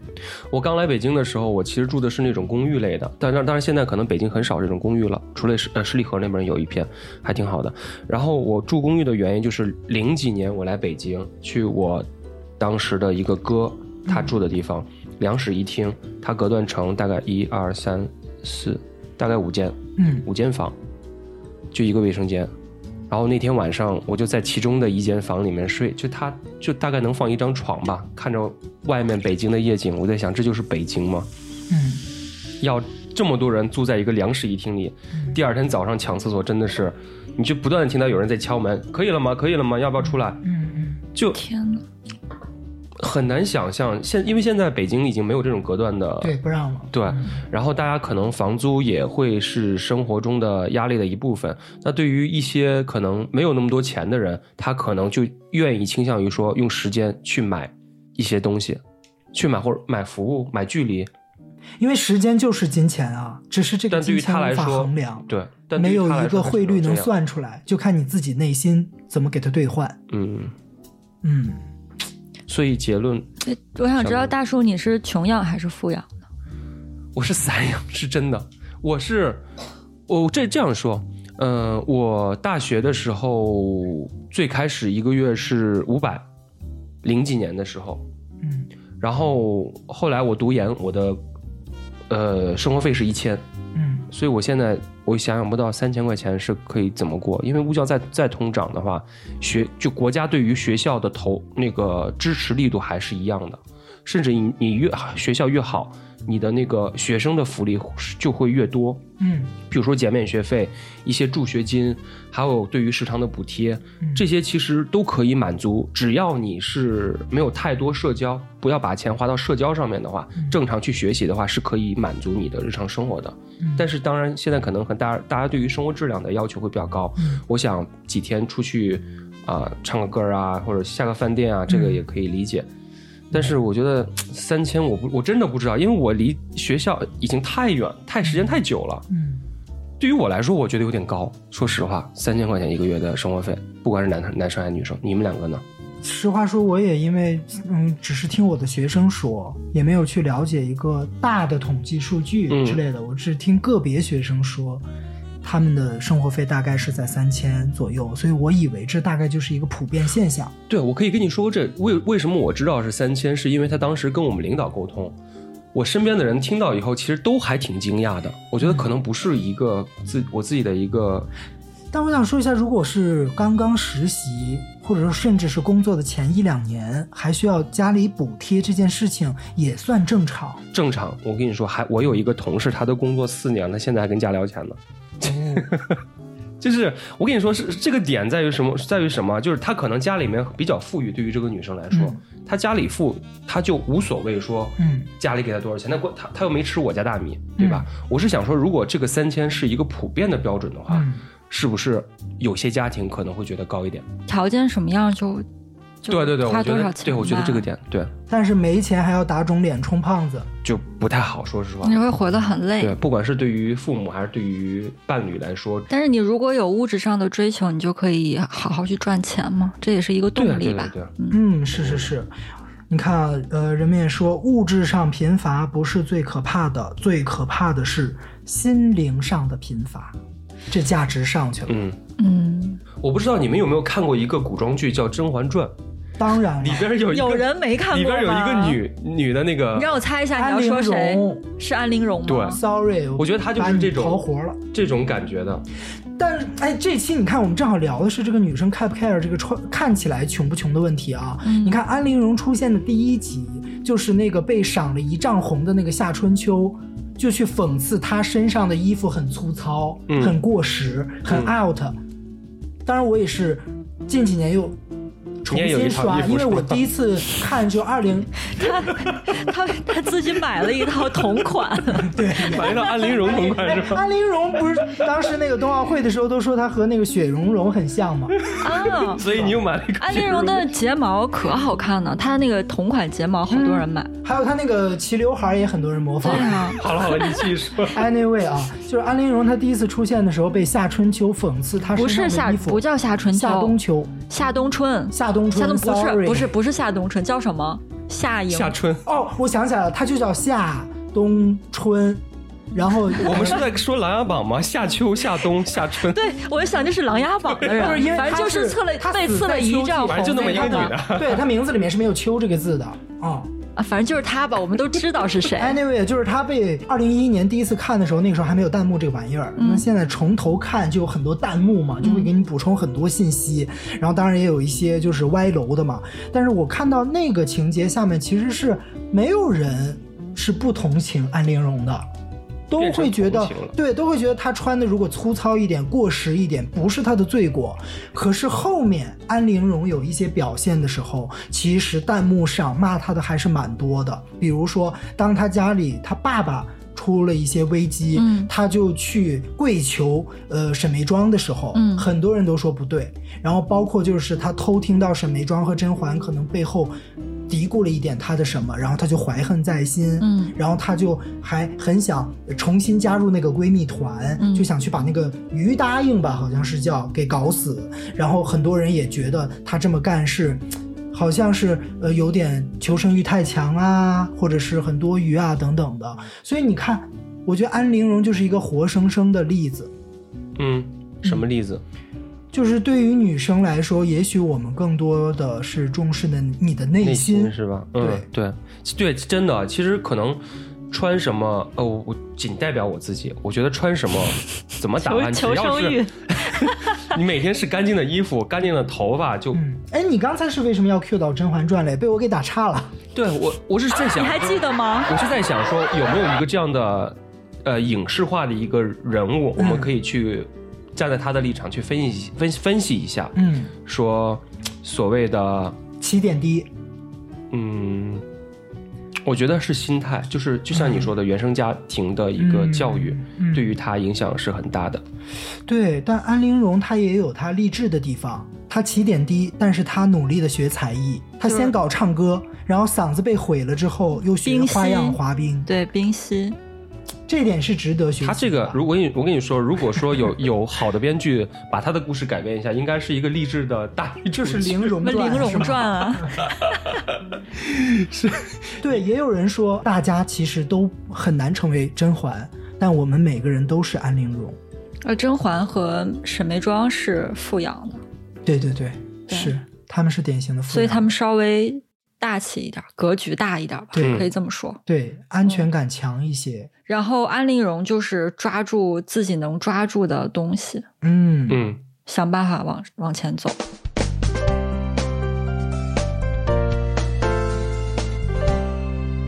[SPEAKER 3] 我刚来北京的时候，我其实住的是那种公寓类的，但但当然现在可能北京很少这种公寓了，除了十呃十里河那边有一片，还挺好的。然后我住公寓的原因就是零几年我来北京，去我当时的一个哥他住的地方，两室一厅，他隔断成大概一二三四，大概五间，
[SPEAKER 1] 嗯
[SPEAKER 3] 五间房，就一个卫生间。然后那天晚上我就在其中的一间房里面睡，就它就大概能放一张床吧，看着外面北京的夜景，我在想这就是北京吗？
[SPEAKER 1] 嗯，
[SPEAKER 3] 要这么多人住在一个两室一厅里，第二天早上抢厕所真的是，你就不断的听到有人在敲门，可以了吗？可以了吗？要不要出来？
[SPEAKER 1] 嗯嗯，
[SPEAKER 3] 就
[SPEAKER 2] 天哪！
[SPEAKER 3] 很难想象现，因为现在北京已经没有这种隔断的
[SPEAKER 1] 对，不让了，
[SPEAKER 3] 对，然后大家可能房租也会是生活中的压力的一部分。那对于一些可能没有那么多钱的人，他可能就愿意倾向于说用时间去买一些东西，去买或者买服务、买距离。
[SPEAKER 1] 因为时间就是金钱啊，只是这个
[SPEAKER 3] 但对
[SPEAKER 1] 金
[SPEAKER 3] 于
[SPEAKER 1] 钱
[SPEAKER 3] 他来
[SPEAKER 1] 无法
[SPEAKER 3] 说
[SPEAKER 1] 衡量，
[SPEAKER 3] 对，但对
[SPEAKER 1] 没
[SPEAKER 3] 于
[SPEAKER 1] 有
[SPEAKER 3] 他来
[SPEAKER 1] 一
[SPEAKER 3] 说
[SPEAKER 1] 个
[SPEAKER 3] 他
[SPEAKER 1] 汇
[SPEAKER 3] 只能
[SPEAKER 1] 率能
[SPEAKER 3] 这样。
[SPEAKER 1] 算出来，就看你自己内心怎么给它兑换，
[SPEAKER 3] 嗯，
[SPEAKER 1] 嗯。
[SPEAKER 3] 所以结论，
[SPEAKER 2] 对哎我想知
[SPEAKER 3] 小
[SPEAKER 2] 道
[SPEAKER 3] 明
[SPEAKER 2] 大叔你是穷养还是富养？
[SPEAKER 3] 我是散养，是真的。我是哦我这这样说，嗯、我大学的时候最开始一个月是五百，零几年的时候，
[SPEAKER 1] 嗯
[SPEAKER 3] 然后后来我读研，我的呃生活费是一千，
[SPEAKER 1] 嗯
[SPEAKER 3] 所以我现在我想想不到三千块钱是可以怎么过，因为物价再再通涨的话，学就国家对于学校的投那个支持力度还是一样的，甚至你你越学校越好，你的那个学生的福利就会越多。
[SPEAKER 1] 嗯
[SPEAKER 3] 比如说减免学费、一些助学金，还有对于食堂的补贴，
[SPEAKER 1] 嗯
[SPEAKER 3] 这些其实都可以满足。只要你是没有太多社交，不要把钱花到社交上面的话，正常去学习的话是可以满足你的日常生活的。
[SPEAKER 1] 嗯
[SPEAKER 3] 但是当然，现在可能很大大家对于生活质量的要求会比较高。
[SPEAKER 1] 嗯
[SPEAKER 3] 我想几天出去啊、唱个歌啊，或者下个饭店啊，这个也可以理解。但是我觉得三千，我不我真的不知道，因为我离学校已经太远，太时间太久了。
[SPEAKER 1] 嗯
[SPEAKER 3] 对于我来说，我觉得有点高。说实话，三千块钱一个月的生活费，不管是男男生还是女生，你们两个呢？
[SPEAKER 1] 实话说，我也因为嗯，只是听我的学生说，也没有去了解一个大的统计数据
[SPEAKER 3] 嗯
[SPEAKER 1] 之类的，我只听个别学生说。他们的生活费大概是在三千左右，所以我以为这大概就是一个普遍现象。
[SPEAKER 3] 对，我可以跟你说这为为什么我知道是三千，是因为他当时跟我们领导沟通，我身边的人听到以后，其实都还挺惊讶的。我觉得可能不是一个自我自己的一个，
[SPEAKER 1] 但我想说一下，如果是刚刚实习，或者说甚至是工作的前一两年，还需要家里补贴这件事情，也算正常。
[SPEAKER 3] 正常。我跟你说，还我有一个同事，他都工作四年了，现在还跟家聊钱呢。
[SPEAKER 1] 服。
[SPEAKER 3] 就是我跟你说是这个点在于什么，在于什么？就是他可能家里面比较富裕，对于这个女生来说，
[SPEAKER 1] 嗯
[SPEAKER 3] 她家里富，她就无所谓说
[SPEAKER 1] 嗯
[SPEAKER 3] 家里给她多少钱，那关她她又没吃我家大米，
[SPEAKER 2] 嗯
[SPEAKER 3] 对吧？我是想说，如果这个三千是一个普遍的标准的话，
[SPEAKER 1] 嗯，
[SPEAKER 3] 是不是有些家庭可能会觉得高一点？
[SPEAKER 2] 条件什么样就就
[SPEAKER 3] 对对对，
[SPEAKER 2] 花
[SPEAKER 3] 我觉
[SPEAKER 2] 多少
[SPEAKER 3] 得
[SPEAKER 2] 钱
[SPEAKER 3] 对，我觉得
[SPEAKER 2] 吧
[SPEAKER 3] 这个点对
[SPEAKER 1] 但是没钱还要打肿脸充胖子，
[SPEAKER 3] 就不太好，说实话
[SPEAKER 2] 你。会活得很累
[SPEAKER 3] 对，。不管是对于父母还是对于伴侣来说，
[SPEAKER 2] 但是你如果有物质上的追求，你就可以好好去赚钱嘛，这也是一个
[SPEAKER 3] 对啊
[SPEAKER 2] 动力
[SPEAKER 3] 对对
[SPEAKER 2] 吧。
[SPEAKER 3] 对啊，
[SPEAKER 1] 嗯，是是是。你看啊，呃，人们也说物质上贫乏不是最可怕的，最可怕的是心灵上的贫乏，这价值上去了。
[SPEAKER 3] 嗯，
[SPEAKER 2] 嗯，
[SPEAKER 3] 我不知道你们有没有看过一个古装剧叫《甄 嬛传》，
[SPEAKER 1] 当然
[SPEAKER 3] 里
[SPEAKER 1] 了，
[SPEAKER 3] 边有一个
[SPEAKER 2] 有人没看过
[SPEAKER 3] 里边有一个
[SPEAKER 2] 吗
[SPEAKER 3] 女女的那个
[SPEAKER 2] 你让我猜一下，
[SPEAKER 1] 安
[SPEAKER 2] 你要
[SPEAKER 1] 陵
[SPEAKER 2] 说谁？
[SPEAKER 1] 容
[SPEAKER 2] 是安陵容吗？
[SPEAKER 3] 对
[SPEAKER 1] ，sorry，
[SPEAKER 3] 我觉得她就是
[SPEAKER 1] 把你
[SPEAKER 3] 这种
[SPEAKER 1] 刨活了。
[SPEAKER 3] 这种感觉的，
[SPEAKER 1] 但是，哎，这期你看，我们正好聊的是这个女生 care 不 care 这个穿看起来穷不穷的问题啊。
[SPEAKER 3] 嗯
[SPEAKER 1] 你看安陵容出现的第一集，就是那个被赏了一丈红的那个夏春秋，就去讽刺她身上的衣服很粗糙、
[SPEAKER 3] 嗯
[SPEAKER 1] 很过时、很 out。当然，我也是近几年又。重
[SPEAKER 3] 你也有一
[SPEAKER 1] 新
[SPEAKER 3] 套
[SPEAKER 1] 刷
[SPEAKER 3] 衣，服
[SPEAKER 1] 因为
[SPEAKER 3] 是吧
[SPEAKER 1] 我第一次看就二 零
[SPEAKER 2] 他他自己买了一套同 款，
[SPEAKER 1] 对，
[SPEAKER 3] 反映到 安陵容同款
[SPEAKER 1] 哎
[SPEAKER 3] 是吧？
[SPEAKER 1] 安陵容不是当时那个冬奥会的时候都说她和那个雪容融很像吗？
[SPEAKER 2] 啊。
[SPEAKER 3] 所以你又买了一个
[SPEAKER 2] 安陵容的睫毛可好看了，她那个同款睫毛好多人买。
[SPEAKER 1] 还有她那个齐刘海儿也很多人模仿
[SPEAKER 2] 对。啊，
[SPEAKER 3] 好了好了，你继续说。
[SPEAKER 1] Anyway 啊，就是安陵容她第一次出现的时候被夏春秋讽刺她
[SPEAKER 2] 不
[SPEAKER 1] 身
[SPEAKER 2] 是
[SPEAKER 1] 上
[SPEAKER 2] 夏
[SPEAKER 1] 的衣服，
[SPEAKER 2] 不叫夏春秋，
[SPEAKER 1] 夏冬秋、
[SPEAKER 2] 夏冬春，
[SPEAKER 1] 夏冬春
[SPEAKER 2] 夏冬不
[SPEAKER 1] sorry
[SPEAKER 2] 是不是不是夏冬春，叫什么？夏莹。
[SPEAKER 3] 夏春，
[SPEAKER 1] 哦，我想起来了，它就叫夏冬春，然后
[SPEAKER 3] 我们是在说《琅琊榜》吗？夏秋、夏冬、夏 春，
[SPEAKER 2] 对，我就想这是《琅琊榜》的
[SPEAKER 1] 不是因为
[SPEAKER 2] 人，反正
[SPEAKER 1] 她
[SPEAKER 2] 就是刺了
[SPEAKER 1] 她
[SPEAKER 2] 被
[SPEAKER 1] 死
[SPEAKER 2] 刺
[SPEAKER 1] 在
[SPEAKER 2] 了一
[SPEAKER 1] 秋季
[SPEAKER 2] 丈
[SPEAKER 3] 反正就
[SPEAKER 2] 红
[SPEAKER 3] 那么
[SPEAKER 2] 那
[SPEAKER 3] 一个
[SPEAKER 2] 个
[SPEAKER 3] 女
[SPEAKER 2] 的，
[SPEAKER 3] 的，
[SPEAKER 1] 对，它名字里面是没有“秋”这个字的啊。
[SPEAKER 2] 啊反正就是她吧，我们都知道是 谁。
[SPEAKER 1] Anyway，就是她被二零一一年第一次看的时候，那个时候还没有弹幕这个玩意儿。那现在从头看就有很多弹幕嘛，就会给你补充很多信息。然后当然也有一些就是歪楼的嘛。但是我看到那个情节下面其实是没有人是不同情安陵容的。都会觉
[SPEAKER 3] 变
[SPEAKER 1] 得
[SPEAKER 3] 成同情了
[SPEAKER 1] 对，都会觉得她穿的如果粗糙一点、过时一点，不是她的罪过。可是后面安陵容有一些表现的时候，其实弹幕上骂她的还是蛮多的。比如说，当她家里她爸爸出了一些危机，
[SPEAKER 2] 嗯
[SPEAKER 1] 她就去跪求呃沈眉庄的时候，
[SPEAKER 2] 嗯
[SPEAKER 1] 很多人都说不对。然后包括就是她偷听到沈眉庄和甄嬛可能背后嘀咕了一点她的什么，然后她就怀恨在心，
[SPEAKER 2] 嗯
[SPEAKER 1] 然后她就还很想重新加入那个闺蜜团，
[SPEAKER 2] 嗯
[SPEAKER 1] 就想去把那个于答应吧，好像是叫给搞死。然后很多人也觉得她这么干是。好像是呃有点求生欲太强啊，或者是很多余啊等等的，所以你看，我觉得安陵容就是一个活生生的例子。
[SPEAKER 3] 嗯，什么例子？
[SPEAKER 1] 就是对于女生来说，也许我们更多的是重视的你的内
[SPEAKER 3] 内
[SPEAKER 1] 心。
[SPEAKER 3] 心是吧？嗯，对对，真的，啊其实可能穿什么，哦，我我仅代表我自己，我觉得穿 什么，怎么打扮，只
[SPEAKER 2] 求求
[SPEAKER 3] 要
[SPEAKER 2] 生
[SPEAKER 3] 是
[SPEAKER 2] 欲
[SPEAKER 3] 你每天是干净的衣服、干净的头发，就
[SPEAKER 1] 嗯，哎，你刚才是为什么要 cue 到《甄嬛传》嘞？被我给打岔了。
[SPEAKER 3] 对我我是在 想，
[SPEAKER 2] 你还记得吗？
[SPEAKER 3] 我是在想说，有没有一个这样的，呃，影视化的一个人物，
[SPEAKER 2] 嗯
[SPEAKER 3] 我们可以去站在他的立场去分析分分析一下，
[SPEAKER 1] 嗯，
[SPEAKER 3] 说所谓的，
[SPEAKER 1] 起点低。
[SPEAKER 3] 嗯，我觉得是心态，就是就像你说的，原生家庭的一个教育，
[SPEAKER 1] 嗯嗯嗯
[SPEAKER 3] 对于他影响是很大的。
[SPEAKER 1] 对，但安陵容她也有她励志的地方。她起点低，但是她努力的学才艺。她
[SPEAKER 2] 就是
[SPEAKER 1] 先搞唱歌，然后嗓子被毁了之后，又学
[SPEAKER 2] 冰
[SPEAKER 1] 花样
[SPEAKER 2] 心
[SPEAKER 1] 滑冰，
[SPEAKER 2] 对，冰溪。
[SPEAKER 1] 这点是值得学习的。
[SPEAKER 3] 他这个，如果你我跟你说，如果说有 有好的编剧把他的故事改编一下，应该是一个励志的大女主
[SPEAKER 1] 就是
[SPEAKER 3] 角
[SPEAKER 1] 玲珑
[SPEAKER 2] 那
[SPEAKER 1] 传，
[SPEAKER 2] 玲
[SPEAKER 1] 是
[SPEAKER 2] 珑
[SPEAKER 1] 吧
[SPEAKER 2] 传啊，
[SPEAKER 1] 对，也有人说，大家其实都很难成为甄嬛，但我们每个人都是安陵容。
[SPEAKER 2] 呃，甄嬛和沈眉庄是富养的，
[SPEAKER 1] 对对对，
[SPEAKER 2] 对
[SPEAKER 1] 是他们是典型的富
[SPEAKER 2] 所以
[SPEAKER 1] 养
[SPEAKER 2] 他们稍微大气一点，格局大一点吧，
[SPEAKER 1] 对
[SPEAKER 2] 可以这么说。
[SPEAKER 1] 对安全感强一些。
[SPEAKER 2] 然后安陵容就是抓住自己能抓住的东西，
[SPEAKER 1] 嗯，
[SPEAKER 3] 嗯。
[SPEAKER 2] 想办法往往前走。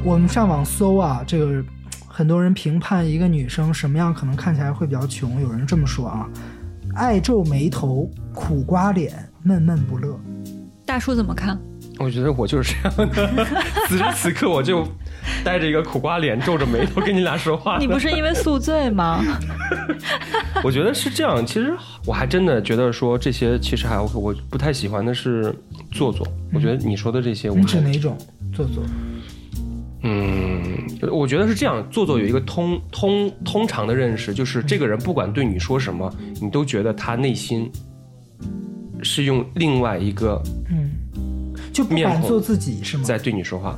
[SPEAKER 1] 我们上网搜啊，这个很多人评判一个女生什么样可能看起来会比较穷，有人这么说啊，爱皱眉头，苦瓜脸，闷闷不乐。
[SPEAKER 2] 大叔怎么看？
[SPEAKER 3] 我觉得我就是这样 的，此时此刻我就带着一个苦瓜脸，皱着眉头跟你俩说话。
[SPEAKER 2] 你不是因为宿醉吗？
[SPEAKER 3] 我觉得是这样。其实我还真的觉得说这些，其实还 OK。我不太喜欢的是做作。
[SPEAKER 1] 嗯
[SPEAKER 3] 我觉得你说的这些，我
[SPEAKER 1] 你指
[SPEAKER 3] 还
[SPEAKER 1] 哪种？做作？
[SPEAKER 3] 嗯，我觉得是这样。做作有一个通通通常的认识，就是这个人不管对你说什么，你都觉得他内心是用另外一个
[SPEAKER 1] 嗯，就不
[SPEAKER 3] 面
[SPEAKER 1] 敢
[SPEAKER 3] 孔
[SPEAKER 1] 做自己是吗？
[SPEAKER 3] 在对你说话。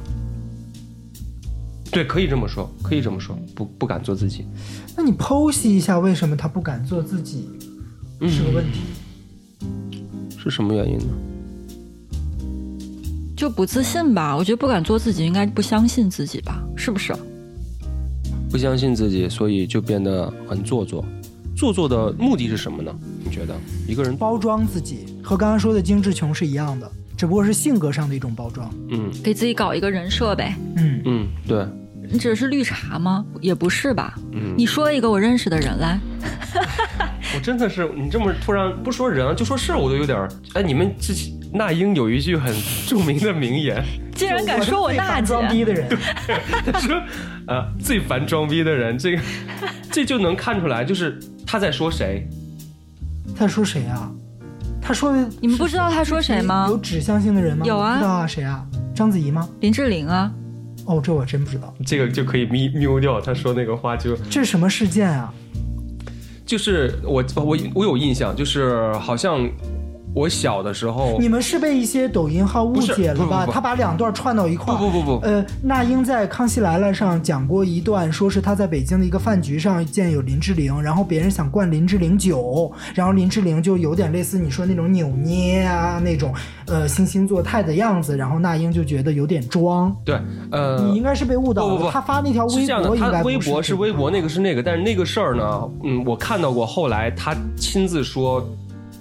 [SPEAKER 3] 对，可以这么说，可以这么说，不不敢做自己。
[SPEAKER 1] 那你剖析一下，为什么他不敢做自己
[SPEAKER 3] 嗯
[SPEAKER 1] 是个问题？
[SPEAKER 3] 是什么原因呢？
[SPEAKER 2] 就不自信吧？我觉得不敢做自己，应该不相信自己吧？是不是？
[SPEAKER 3] 不相信自己，所以就变得很做作。做作的目的是什么呢？你觉得一个人，
[SPEAKER 1] 包装自己和刚刚说的精致穷是一样的，只不过是性格上的一种包装。
[SPEAKER 3] 嗯
[SPEAKER 2] 给自己搞一个人设呗？
[SPEAKER 1] 嗯，
[SPEAKER 3] 嗯，对，
[SPEAKER 2] 你指的是绿茶吗？也不是吧？
[SPEAKER 3] 嗯，
[SPEAKER 2] 你说一个我认识的人来，
[SPEAKER 3] 我真的是你这么突然不说人，啊就说事儿，我都有点儿。哎，你们之前那英有一句很著名的名言，
[SPEAKER 2] 竟然敢说我娜
[SPEAKER 1] 大
[SPEAKER 2] 姐，
[SPEAKER 1] 装逼的人，
[SPEAKER 3] 他说：“呃，最烦装逼的人，这个这就能看出来，就是他在说谁。
[SPEAKER 1] 他说谁啊？他说的
[SPEAKER 2] 你们不知道他说谁吗
[SPEAKER 1] 哎有指向性的人吗？
[SPEAKER 2] 有啊
[SPEAKER 1] 我不知道啊，谁啊？章子怡吗？
[SPEAKER 2] 林志玲啊，
[SPEAKER 1] 哦，这我真不知道，
[SPEAKER 3] 这个就可以咪瞄掉。他说那个话就
[SPEAKER 1] 这是什么事件啊？
[SPEAKER 3] 就是我我我有印象，就是好像我小的时候，
[SPEAKER 1] 你们是被一些抖音号误
[SPEAKER 3] 哦不是
[SPEAKER 1] 解了
[SPEAKER 3] 不
[SPEAKER 1] 吧？
[SPEAKER 3] 不不
[SPEAKER 1] 他把两段串到一块
[SPEAKER 3] 不
[SPEAKER 1] 儿。
[SPEAKER 3] 不不不，
[SPEAKER 1] 呃，那英在《康熙来了》上讲过一段，说是她在北京的一个饭局上见有林志玲，然后别人想灌林志玲酒，然后林志玲就有点类似你说那种扭捏啊那种，呃，惺惺作态的样子，然后那英就觉得有点装。
[SPEAKER 3] 对，呃，
[SPEAKER 1] 你应该是被误导
[SPEAKER 3] 不
[SPEAKER 1] 了。
[SPEAKER 3] 不不
[SPEAKER 1] 她发那条
[SPEAKER 3] 是
[SPEAKER 1] 微
[SPEAKER 3] 这样的，
[SPEAKER 1] 博应
[SPEAKER 3] 他
[SPEAKER 1] 该
[SPEAKER 3] 微
[SPEAKER 1] 不
[SPEAKER 3] 博
[SPEAKER 1] 是
[SPEAKER 3] 是微博，那个是那个，但是那个事儿呢，嗯，我看到过，后来他亲自说，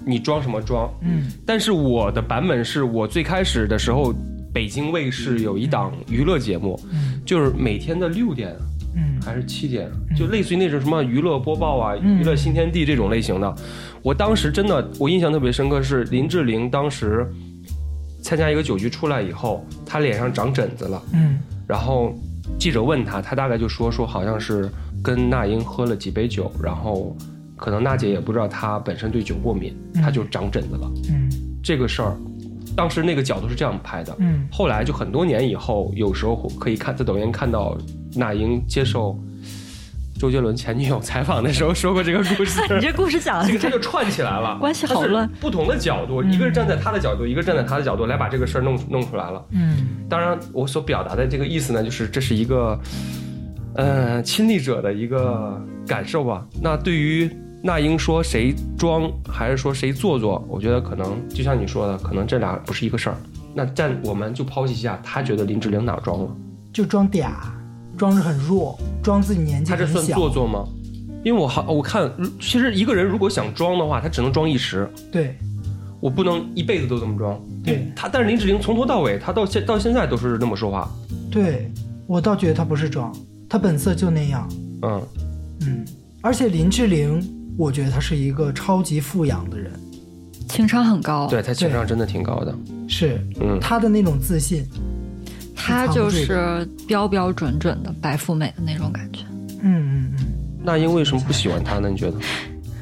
[SPEAKER 3] 你装什么装？
[SPEAKER 1] 嗯
[SPEAKER 3] 但是我的版本是我最开始的时候，北京卫视有一档娱乐节目，
[SPEAKER 1] 嗯
[SPEAKER 3] 就是每天的六点
[SPEAKER 1] 嗯
[SPEAKER 3] 还是七点，
[SPEAKER 1] 嗯
[SPEAKER 3] 就类似于那种什么娱乐播报啊、
[SPEAKER 1] 嗯
[SPEAKER 3] 娱乐新天地这种类型的。我当时真的，我印象特别深刻是林志玲当时参加一个酒局出来以后，她脸上长疹子了。
[SPEAKER 1] 嗯
[SPEAKER 3] 然后记者问他，他大概就说说好像是跟那英喝了几杯酒，然后可能娜姐也不知道她本身对酒过敏，
[SPEAKER 1] 嗯
[SPEAKER 3] 她就长疹子了。
[SPEAKER 1] 嗯
[SPEAKER 3] 这个事儿，当时那个角度是这样拍的。
[SPEAKER 1] 嗯
[SPEAKER 3] 后来就很多年以后，有时候可以看在抖音看到那英接受周杰伦前女友采访的时候说过这个 故事。
[SPEAKER 2] 你这故事讲
[SPEAKER 3] 这个
[SPEAKER 2] 的
[SPEAKER 3] 他就串起来了，
[SPEAKER 2] 关系好嗯
[SPEAKER 3] 它是
[SPEAKER 2] 乱
[SPEAKER 3] 不同的角度，一个是站在他的角度，一个站在他的角度来把这个事儿弄弄出来了。
[SPEAKER 1] 嗯
[SPEAKER 3] 当然，我所表达的这个意思呢，就是这是一个，呃，亲历者的一个感受吧。那对于那英说谁装还是说谁做作，我觉得可能就像你说的，可能这俩不是一个事儿。那站我们就剖析一下，他觉得林志玲哪装了？
[SPEAKER 1] 就装嗲，装着很弱，装自己年纪
[SPEAKER 3] 他这
[SPEAKER 1] 很
[SPEAKER 3] 算
[SPEAKER 1] 小
[SPEAKER 3] 做。作吗？因为我好，我看其实一个人如果想装的话，他只能装一时，
[SPEAKER 1] 对
[SPEAKER 3] 我不能一辈子都这么装。
[SPEAKER 1] 对
[SPEAKER 3] 他，但是林志玲从头到尾，她到现到现在都是那么说话。
[SPEAKER 1] 对，我倒觉得她不是装，她本色就那样。
[SPEAKER 3] 嗯，
[SPEAKER 1] 嗯，而且林志玲，我觉得她是一个超级富养的人，
[SPEAKER 2] 情商很高，
[SPEAKER 3] 对，她情商真的挺高的。
[SPEAKER 1] 是
[SPEAKER 3] 嗯，
[SPEAKER 1] 她的那种自信，
[SPEAKER 2] 她就是标标准准的白富美的那种感觉。
[SPEAKER 1] 嗯嗯嗯，
[SPEAKER 3] 那英为什么不喜欢他呢？你觉得？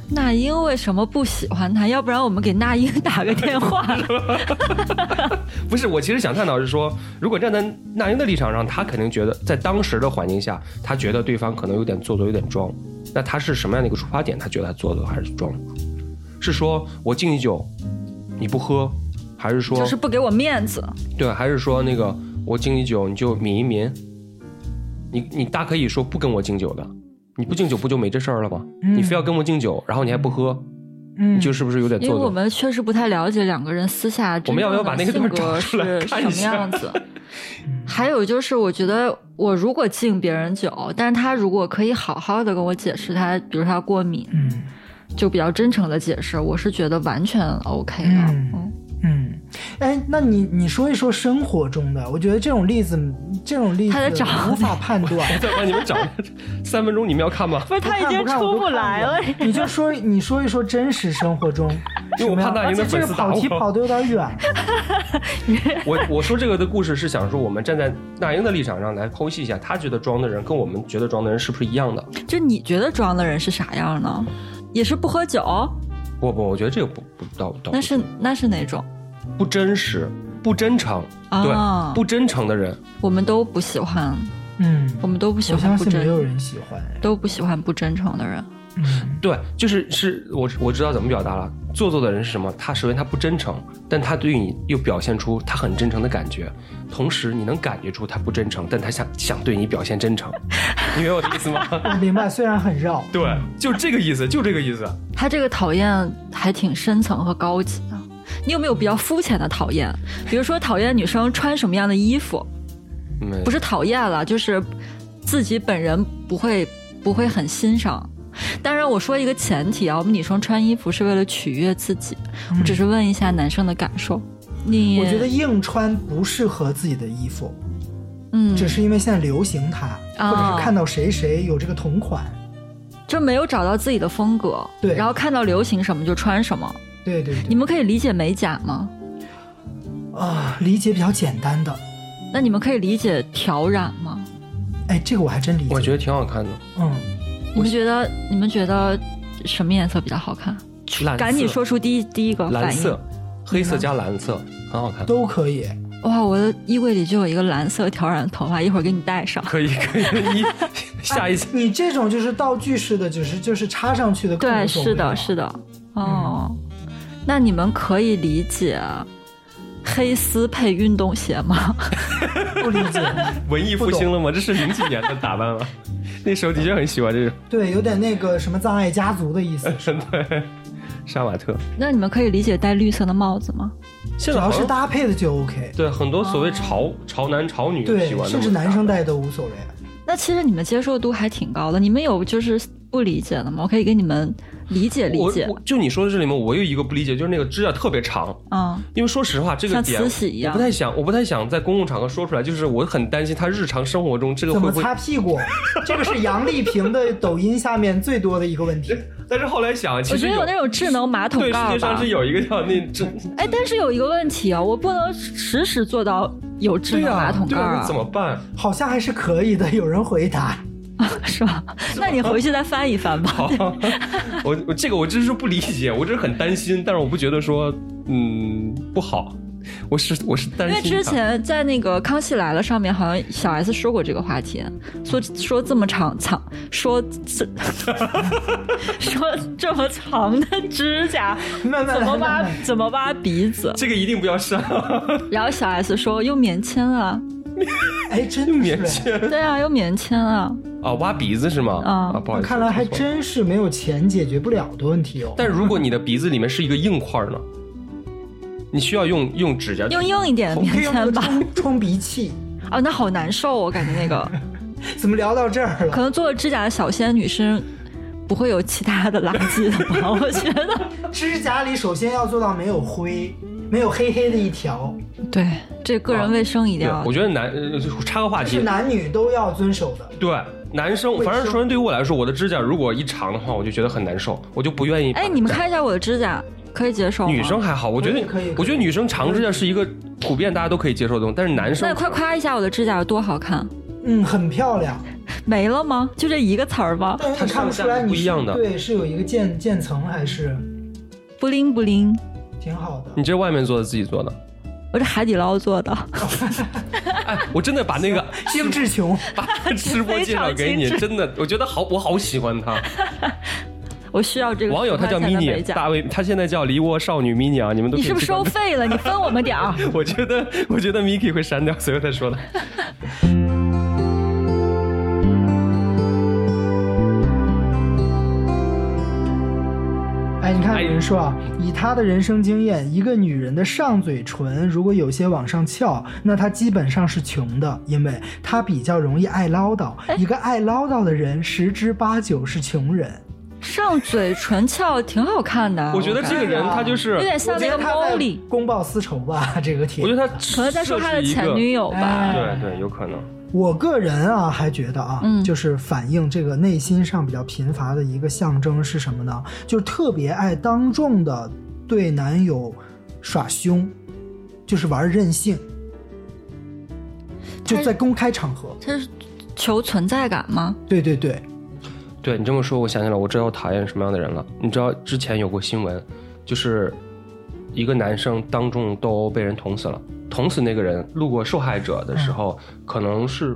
[SPEAKER 2] 那英为什么不喜欢他？要不然我们给那英打个电话。
[SPEAKER 3] 不是，我其实想探讨是说，如果站在那英的立场上，他肯定觉得在当时的环境下，他觉得对方可能有点做作，有点装。那他是什么样的一个出发点？他觉得他做作还是装？是说我敬你酒，你不喝，还是说、
[SPEAKER 2] 就是不给我面子。
[SPEAKER 3] 对，还是说那个我敬你酒你就抿一抿？你你大可以说不跟我敬酒的，你不敬酒不就没这事儿了吗？
[SPEAKER 1] 嗯
[SPEAKER 3] 你非要跟我敬酒，然后你还不喝，
[SPEAKER 1] 嗯
[SPEAKER 3] 你就是不是有点
[SPEAKER 2] 因为
[SPEAKER 3] 做
[SPEAKER 2] 我
[SPEAKER 3] 作？
[SPEAKER 2] 们确实不太了解两个人私下真
[SPEAKER 3] 我们要不要
[SPEAKER 2] 正
[SPEAKER 3] 把那
[SPEAKER 2] 的性
[SPEAKER 3] 个段儿
[SPEAKER 2] 格
[SPEAKER 3] 找出来
[SPEAKER 2] 是
[SPEAKER 3] 看
[SPEAKER 2] 什
[SPEAKER 3] 一
[SPEAKER 2] 么
[SPEAKER 3] 下
[SPEAKER 2] 样 子。
[SPEAKER 3] 嗯
[SPEAKER 2] 还有就是，我觉得我如果敬别人酒，但是他如果可以好好的跟我解释他，比如他过敏，
[SPEAKER 1] 嗯
[SPEAKER 2] 就比较真诚的解释，我是觉得完全 OK 的。
[SPEAKER 1] 嗯
[SPEAKER 2] 嗯，
[SPEAKER 1] 嗯，哎，那你你说一说生活中的，我觉得这种例子，这种例
[SPEAKER 2] 他在
[SPEAKER 1] 子
[SPEAKER 2] 找
[SPEAKER 1] 无法判断。
[SPEAKER 3] 再帮你们找三分钟，你们要看吗？
[SPEAKER 2] 不是 他已
[SPEAKER 1] 看
[SPEAKER 2] 经
[SPEAKER 1] 看
[SPEAKER 2] 出
[SPEAKER 1] 我
[SPEAKER 2] 不
[SPEAKER 1] 都看
[SPEAKER 2] 来了。哎
[SPEAKER 1] 你就说你说一说真实生活中
[SPEAKER 3] 因为
[SPEAKER 1] 什
[SPEAKER 3] 我
[SPEAKER 1] 么样
[SPEAKER 3] 怕大
[SPEAKER 1] 而
[SPEAKER 3] 英的
[SPEAKER 1] 且这个
[SPEAKER 3] 粉丝打
[SPEAKER 1] 跑题
[SPEAKER 3] 我
[SPEAKER 1] 跑的有点 远。
[SPEAKER 3] 我我说这个的故事是想说，我们站在那英的立场上来剖析一下，他觉得装的人跟我们觉得装的人是不是一样的？
[SPEAKER 2] 就你觉得装的人是啥样呢？也是不喝酒，
[SPEAKER 3] 不不，我觉得这个不不倒倒
[SPEAKER 2] 那是那是哪种？
[SPEAKER 3] 不真实、不真诚，
[SPEAKER 2] 啊
[SPEAKER 3] 对，不真诚的人，
[SPEAKER 2] 我们都不喜欢，
[SPEAKER 1] 嗯，
[SPEAKER 2] 我们都不喜
[SPEAKER 1] 我
[SPEAKER 2] 欢
[SPEAKER 1] 相
[SPEAKER 2] 不
[SPEAKER 1] 信没有
[SPEAKER 2] 真，
[SPEAKER 1] 人喜欢。
[SPEAKER 2] 都不喜欢不真诚的人。
[SPEAKER 1] 嗯
[SPEAKER 3] 对，就是是我我知道怎么表达了。做作的人是什么？他首先他不真诚，但他对你又表现出他很真诚的感觉，同时你能感觉出他不真诚，但他想想对你表现真诚，你明白我的意思吗？
[SPEAKER 1] 我嗯明白，虽然很绕。
[SPEAKER 3] 对，就这个意思，就这个意思。
[SPEAKER 2] 他这个讨厌还挺深层和高级的。你有没有比较肤浅的讨厌？比如说讨厌女生穿什么样的衣服，
[SPEAKER 3] 嗯，
[SPEAKER 2] 不是讨厌了，就是自己本人不会不会很欣赏。当然，我说一个前提啊，我们女生穿衣服是为了取悦自己。我只是问一下男生的感受。你
[SPEAKER 1] 我觉得硬穿不适合自己的衣服，
[SPEAKER 2] 嗯，
[SPEAKER 1] 只是因为现在流行它，
[SPEAKER 2] 啊
[SPEAKER 1] 或者是看到谁谁有这个同款。
[SPEAKER 2] 就没有找到自己的风格，
[SPEAKER 1] 对
[SPEAKER 2] 然后看到流行什么就穿什么。
[SPEAKER 1] 对对对，
[SPEAKER 2] 你们可以理解美甲吗？
[SPEAKER 1] 啊、理解比较简单的，
[SPEAKER 2] 那你们可以理解调染吗？
[SPEAKER 1] 哎，这个我还真理解。
[SPEAKER 3] 我觉得挺好看的。
[SPEAKER 1] 嗯，
[SPEAKER 2] 你们觉得你们觉得什么颜色比较好看？
[SPEAKER 3] 蓝色
[SPEAKER 2] 赶紧说出第一第一个
[SPEAKER 3] 蓝
[SPEAKER 2] 反应。嗯
[SPEAKER 3] 色、黑色加蓝色，很好看。
[SPEAKER 1] 都可以。
[SPEAKER 2] 哇，我的衣柜里就有一个蓝色调染的头发，一会儿给你戴上。
[SPEAKER 3] 可以可以，一 下一次。
[SPEAKER 1] 你这种就是道具式的，只是就是插上去的。啊
[SPEAKER 2] 对，是的，是
[SPEAKER 1] 的。
[SPEAKER 2] 的。哦，那你们可以理解黑丝配运动鞋吗？
[SPEAKER 1] 不理解。
[SPEAKER 3] 文艺复兴了吗？这是零几年的打扮 吗？那时候的确很喜欢这种。
[SPEAKER 1] 对，有点那个什么葬爱家族的意思。
[SPEAKER 3] 对，杀马特。
[SPEAKER 2] 那你们可以理解戴绿色的帽子吗？
[SPEAKER 1] 只
[SPEAKER 3] 现在
[SPEAKER 1] 要
[SPEAKER 3] 好像
[SPEAKER 1] 是搭配的就 OK。
[SPEAKER 3] 对很多
[SPEAKER 2] 哦
[SPEAKER 3] 所谓潮潮男潮女
[SPEAKER 1] 对
[SPEAKER 3] 喜，欢的，
[SPEAKER 1] 甚至男生。戴都无所谓。
[SPEAKER 2] 那其实你们接受度还挺高的。你们有就是不理解的吗？我可以给你们理解理
[SPEAKER 3] 我
[SPEAKER 2] 解。
[SPEAKER 3] 我就你说的这里面，我有一个不理解，就是那个指甲特别长。
[SPEAKER 2] 嗯，
[SPEAKER 3] 因为说实话，这个
[SPEAKER 2] 像
[SPEAKER 3] 点
[SPEAKER 2] 慈禧一样
[SPEAKER 3] 我不太想，我不太想在公共场合说出来，就是我很担心他日常生活中这个
[SPEAKER 1] 怎
[SPEAKER 3] 会
[SPEAKER 1] 么
[SPEAKER 3] 不会
[SPEAKER 1] 擦屁股？这个是杨丽萍的抖音下面最多的一个问 题。
[SPEAKER 3] 但是后来想，
[SPEAKER 2] 我
[SPEAKER 3] 其
[SPEAKER 2] 觉
[SPEAKER 3] 实
[SPEAKER 2] 得有那种智能马桶
[SPEAKER 3] 对
[SPEAKER 2] 盖
[SPEAKER 3] 世
[SPEAKER 2] 儿
[SPEAKER 3] 界上
[SPEAKER 2] 吧
[SPEAKER 3] 是。有一个叫那这
[SPEAKER 2] 哎，但是有一个问题啊，我不能时时做到有智
[SPEAKER 3] 对
[SPEAKER 2] 能
[SPEAKER 3] 呀、
[SPEAKER 2] 马
[SPEAKER 3] 啊
[SPEAKER 2] 桶，盖
[SPEAKER 3] 对
[SPEAKER 2] 儿
[SPEAKER 3] 啊，
[SPEAKER 2] 啊，
[SPEAKER 3] 那怎么办？
[SPEAKER 1] 好像还是可以的，有人回答。
[SPEAKER 2] 是吧？那你回去再翻一翻吧。
[SPEAKER 3] 好， 我我这个我真是不理解，我真是很担心，但是我不觉得说嗯不好，我是我是担
[SPEAKER 2] 因为
[SPEAKER 3] 心啊
[SPEAKER 2] 之
[SPEAKER 3] 它。
[SPEAKER 2] 前在那个《康熙来了》上面，好像小 S 说过这个话题，说说这么长长，说这 说这么长的指 甲
[SPEAKER 1] 慢慢
[SPEAKER 2] 怎么
[SPEAKER 1] 来，慢
[SPEAKER 2] 挖
[SPEAKER 1] 慢来。
[SPEAKER 2] 怎么挖鼻子，
[SPEAKER 3] 这个一定不要删，
[SPEAKER 2] 然后小 S 说用棉签啊，
[SPEAKER 1] 哎，真
[SPEAKER 3] 就
[SPEAKER 1] 的
[SPEAKER 3] 棉
[SPEAKER 1] 是。
[SPEAKER 3] 签
[SPEAKER 2] 对啊，用棉签啊，
[SPEAKER 3] 啊，挖鼻子是吗？
[SPEAKER 2] 啊
[SPEAKER 3] 啊，不好意思，
[SPEAKER 1] 看来还
[SPEAKER 3] 说错了。
[SPEAKER 1] 真是没有钱解决不了的问题哦。
[SPEAKER 3] 但如果你的鼻子里面是一个硬块呢，你需要用用指甲
[SPEAKER 2] 用硬一点
[SPEAKER 3] 啊
[SPEAKER 2] 的棉
[SPEAKER 1] 可以用那
[SPEAKER 2] 签
[SPEAKER 1] 个
[SPEAKER 2] 吧。
[SPEAKER 1] 冲冲鼻器。
[SPEAKER 2] 啊，那好难受，我感觉那个
[SPEAKER 1] 怎么聊到这儿
[SPEAKER 2] 可
[SPEAKER 1] 了？
[SPEAKER 2] 能做了指甲的小仙女是不会有其他的垃圾的吧？我觉得，
[SPEAKER 1] 指甲里首先要做到没有灰，没有黑黑的一条，
[SPEAKER 2] 对，这个人卫生一定
[SPEAKER 3] 对
[SPEAKER 2] 要，
[SPEAKER 3] 我觉得男呃插个话
[SPEAKER 1] 这
[SPEAKER 3] 题
[SPEAKER 1] 是，男女都要遵守的。
[SPEAKER 3] 对。男生，
[SPEAKER 1] 卫
[SPEAKER 3] 反正
[SPEAKER 1] 生
[SPEAKER 3] 说对于我来说，我的指甲如果一长的话，我就觉得很难受，我就不愿意把它
[SPEAKER 2] 哎，
[SPEAKER 3] 摘。
[SPEAKER 2] 你们看一下我的指甲，可以接受吗？
[SPEAKER 3] 女生还好，我觉得
[SPEAKER 1] 可以可以
[SPEAKER 3] 我觉得女生长指甲是一个普遍大家都可以接受的东西，但是男
[SPEAKER 2] 那
[SPEAKER 3] 生
[SPEAKER 2] 你快夸一下我的指甲有多好看？
[SPEAKER 1] 嗯，很漂亮，
[SPEAKER 2] 没了吗？就这一个词儿吗？
[SPEAKER 1] 但是看不出来你是
[SPEAKER 3] 它上下是不一样的
[SPEAKER 1] 对，是有一个渐渐层还是
[SPEAKER 2] 不灵不灵，
[SPEAKER 1] 挺好的
[SPEAKER 3] 你。这外面做的自己 做的，
[SPEAKER 2] 我这海底捞做的，
[SPEAKER 3] 哎，我真的把那个
[SPEAKER 1] 精致穷，
[SPEAKER 3] 把吃播介绍给
[SPEAKER 2] 非
[SPEAKER 3] 你
[SPEAKER 2] 常精，致
[SPEAKER 3] 真的，我觉得好，我好喜欢 他。
[SPEAKER 2] 我需要这个
[SPEAKER 3] 网友他叫
[SPEAKER 2] 10块钱的美
[SPEAKER 3] mini
[SPEAKER 2] 甲
[SPEAKER 3] 大卫，他现在叫梨窝少女 mini 啊，你们都
[SPEAKER 2] 你
[SPEAKER 3] 可以
[SPEAKER 2] 是不是
[SPEAKER 3] 去关
[SPEAKER 2] 收
[SPEAKER 3] 注？
[SPEAKER 2] 费了？你分我们点 儿。
[SPEAKER 3] 我觉得，我觉得 Miki 会删掉所有他说的。
[SPEAKER 1] 哎，你看
[SPEAKER 3] 哎
[SPEAKER 1] 有人说啊，以他的人生经验，一个女人的上嘴唇如果有些往上翘，那她基本上是穷的，因为她
[SPEAKER 2] 哎
[SPEAKER 1] 比较容易爱唠叨。一个爱唠叨的人，十之八九是穷人。
[SPEAKER 2] 上嘴唇翘，挺好看啊的。
[SPEAKER 3] 我觉得这个人他就是，
[SPEAKER 2] 有点
[SPEAKER 3] 我
[SPEAKER 2] 像那个
[SPEAKER 1] 我觉得他在
[SPEAKER 2] Molly，
[SPEAKER 1] 公报私仇吧，这个帖
[SPEAKER 3] 觉
[SPEAKER 1] 子。
[SPEAKER 3] 得他
[SPEAKER 2] 可能在说他的前女友吧。
[SPEAKER 1] 哎
[SPEAKER 3] 对对，有可能。
[SPEAKER 1] 我个人啊，还觉得啊，
[SPEAKER 2] 嗯
[SPEAKER 1] 就是反映这个内心上比较贫乏的一个象征是什么呢？就是特别爱当众的对男友耍凶，就是玩任性，就在公开场合。
[SPEAKER 3] 哎
[SPEAKER 2] 他是求存在感吗？
[SPEAKER 1] 对对对，
[SPEAKER 3] 对你这么说，我想起来，我知道我讨厌什么样的人了。你知道之前有过新闻，就是一个男生当众斗殴被人捅死了，捅死那个人路过受害者的时候，
[SPEAKER 2] 嗯
[SPEAKER 3] 可能是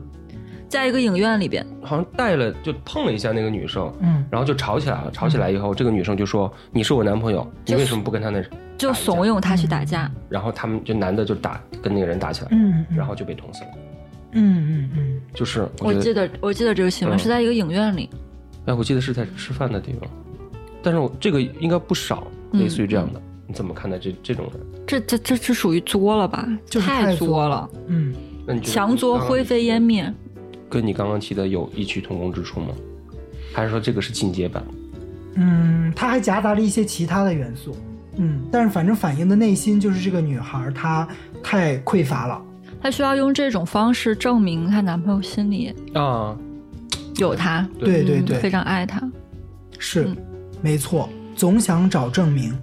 [SPEAKER 2] 在一个影院里边，
[SPEAKER 3] 好像带了就碰了一下那个女生，
[SPEAKER 1] 嗯，
[SPEAKER 3] 然后就吵起来了。吵起来以后，这个女生就说：“你是我男朋友，你为什么不跟他那
[SPEAKER 2] 就怂恿他去打架。？”然
[SPEAKER 3] 然后他们就男的就打跟那个人打起来，
[SPEAKER 1] 嗯，
[SPEAKER 3] 然后就被捅死了。
[SPEAKER 1] 嗯嗯嗯，
[SPEAKER 3] 就是
[SPEAKER 2] 我
[SPEAKER 3] 觉得
[SPEAKER 2] 记得我记得这个新闻
[SPEAKER 3] 嗯
[SPEAKER 2] 是在一个影院里，
[SPEAKER 3] 哎，我记得是在吃饭的地方，但是我这个应该不少，
[SPEAKER 2] 嗯
[SPEAKER 3] 类似于这样的。你怎么看待这这种人？
[SPEAKER 2] 这这这这属于作了吧？
[SPEAKER 1] 就是
[SPEAKER 2] 太
[SPEAKER 1] 太作
[SPEAKER 2] 了，
[SPEAKER 1] 嗯，
[SPEAKER 3] 那你觉得
[SPEAKER 2] 强作灰飞烟灭。
[SPEAKER 3] 跟你刚刚提的有异曲同工之处吗？还是说这个是进阶版？
[SPEAKER 1] 嗯，它还夹杂了一些其他的元素，嗯，但是反正反映的内心就是这个女孩儿她太匮乏了，
[SPEAKER 2] 她需要用这种方式证明她男朋友心里
[SPEAKER 3] 啊，
[SPEAKER 2] 有她，
[SPEAKER 1] 对对
[SPEAKER 2] 嗯
[SPEAKER 1] 对
[SPEAKER 2] 非常爱她。
[SPEAKER 1] 是，
[SPEAKER 2] 嗯
[SPEAKER 1] 没错，总想找证明，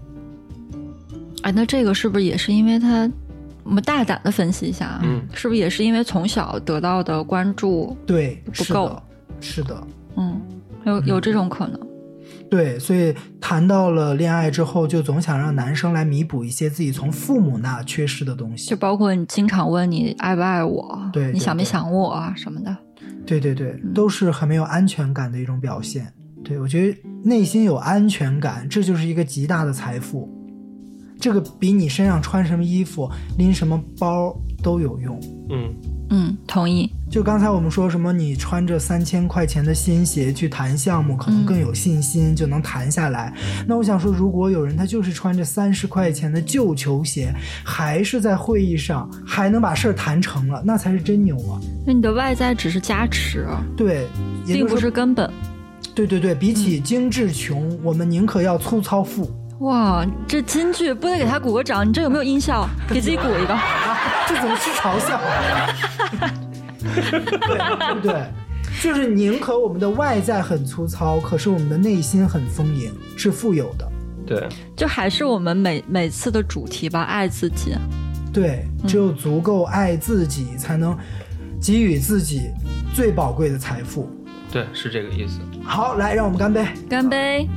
[SPEAKER 2] 哎，那这个是不是也是因为她？我们大胆的分析一下啊，
[SPEAKER 3] 嗯
[SPEAKER 2] 是不是也是因为从小得到的关注，
[SPEAKER 1] 对，
[SPEAKER 2] 不
[SPEAKER 1] 是
[SPEAKER 2] 够
[SPEAKER 1] 的，是的，
[SPEAKER 2] 嗯，有有这种可能？
[SPEAKER 1] 对，所以谈到了恋爱之后，就总想让男生来弥补一些自己从父母那缺失的东
[SPEAKER 2] 就
[SPEAKER 1] 西。
[SPEAKER 2] 包括你经常问你爱不爱我，
[SPEAKER 1] 对
[SPEAKER 2] 你
[SPEAKER 1] 对
[SPEAKER 2] 想没
[SPEAKER 1] 对
[SPEAKER 2] 想我啊什么的，
[SPEAKER 1] 对对对，
[SPEAKER 2] 嗯
[SPEAKER 1] 都是很没有安全感的一种表现。对我觉得内心有安全感，这就是一个极大的财富。这个比你身上穿什么衣服、拎什么包都有用。
[SPEAKER 3] 嗯，
[SPEAKER 2] 嗯，同意，
[SPEAKER 1] 就刚才我们说什么，你穿着三千块钱的新鞋去谈项目，可能更有信心，就能谈下来。那我想说，如果有人他就是穿着三十块钱的旧球鞋，还是在会议上还能把事儿谈成了，那才是真牛啊！
[SPEAKER 2] 那你的外在只是加持，啊
[SPEAKER 1] 对，也
[SPEAKER 2] 并
[SPEAKER 1] 就是
[SPEAKER 2] 不是
[SPEAKER 1] 说，
[SPEAKER 2] 根本。
[SPEAKER 1] 对对对，比起精致穷，我们宁可要粗糙富。
[SPEAKER 2] 哇，这金句不得给他鼓个掌？你这有没有音效？给自己鼓一个。
[SPEAKER 1] 啊， 这怎么是嘲笑、啊 对对不对？就是宁可我们的外在很粗糙，可是我们的内心很丰盈，是富有的。
[SPEAKER 3] 对，
[SPEAKER 2] 就还是我们每每次的主题吧，爱自己。
[SPEAKER 1] 对，只有足够爱自己，才能给予自己最宝贵的财富。
[SPEAKER 3] 对，是这个意思。
[SPEAKER 1] 好，来，让我们干杯。
[SPEAKER 2] 干杯！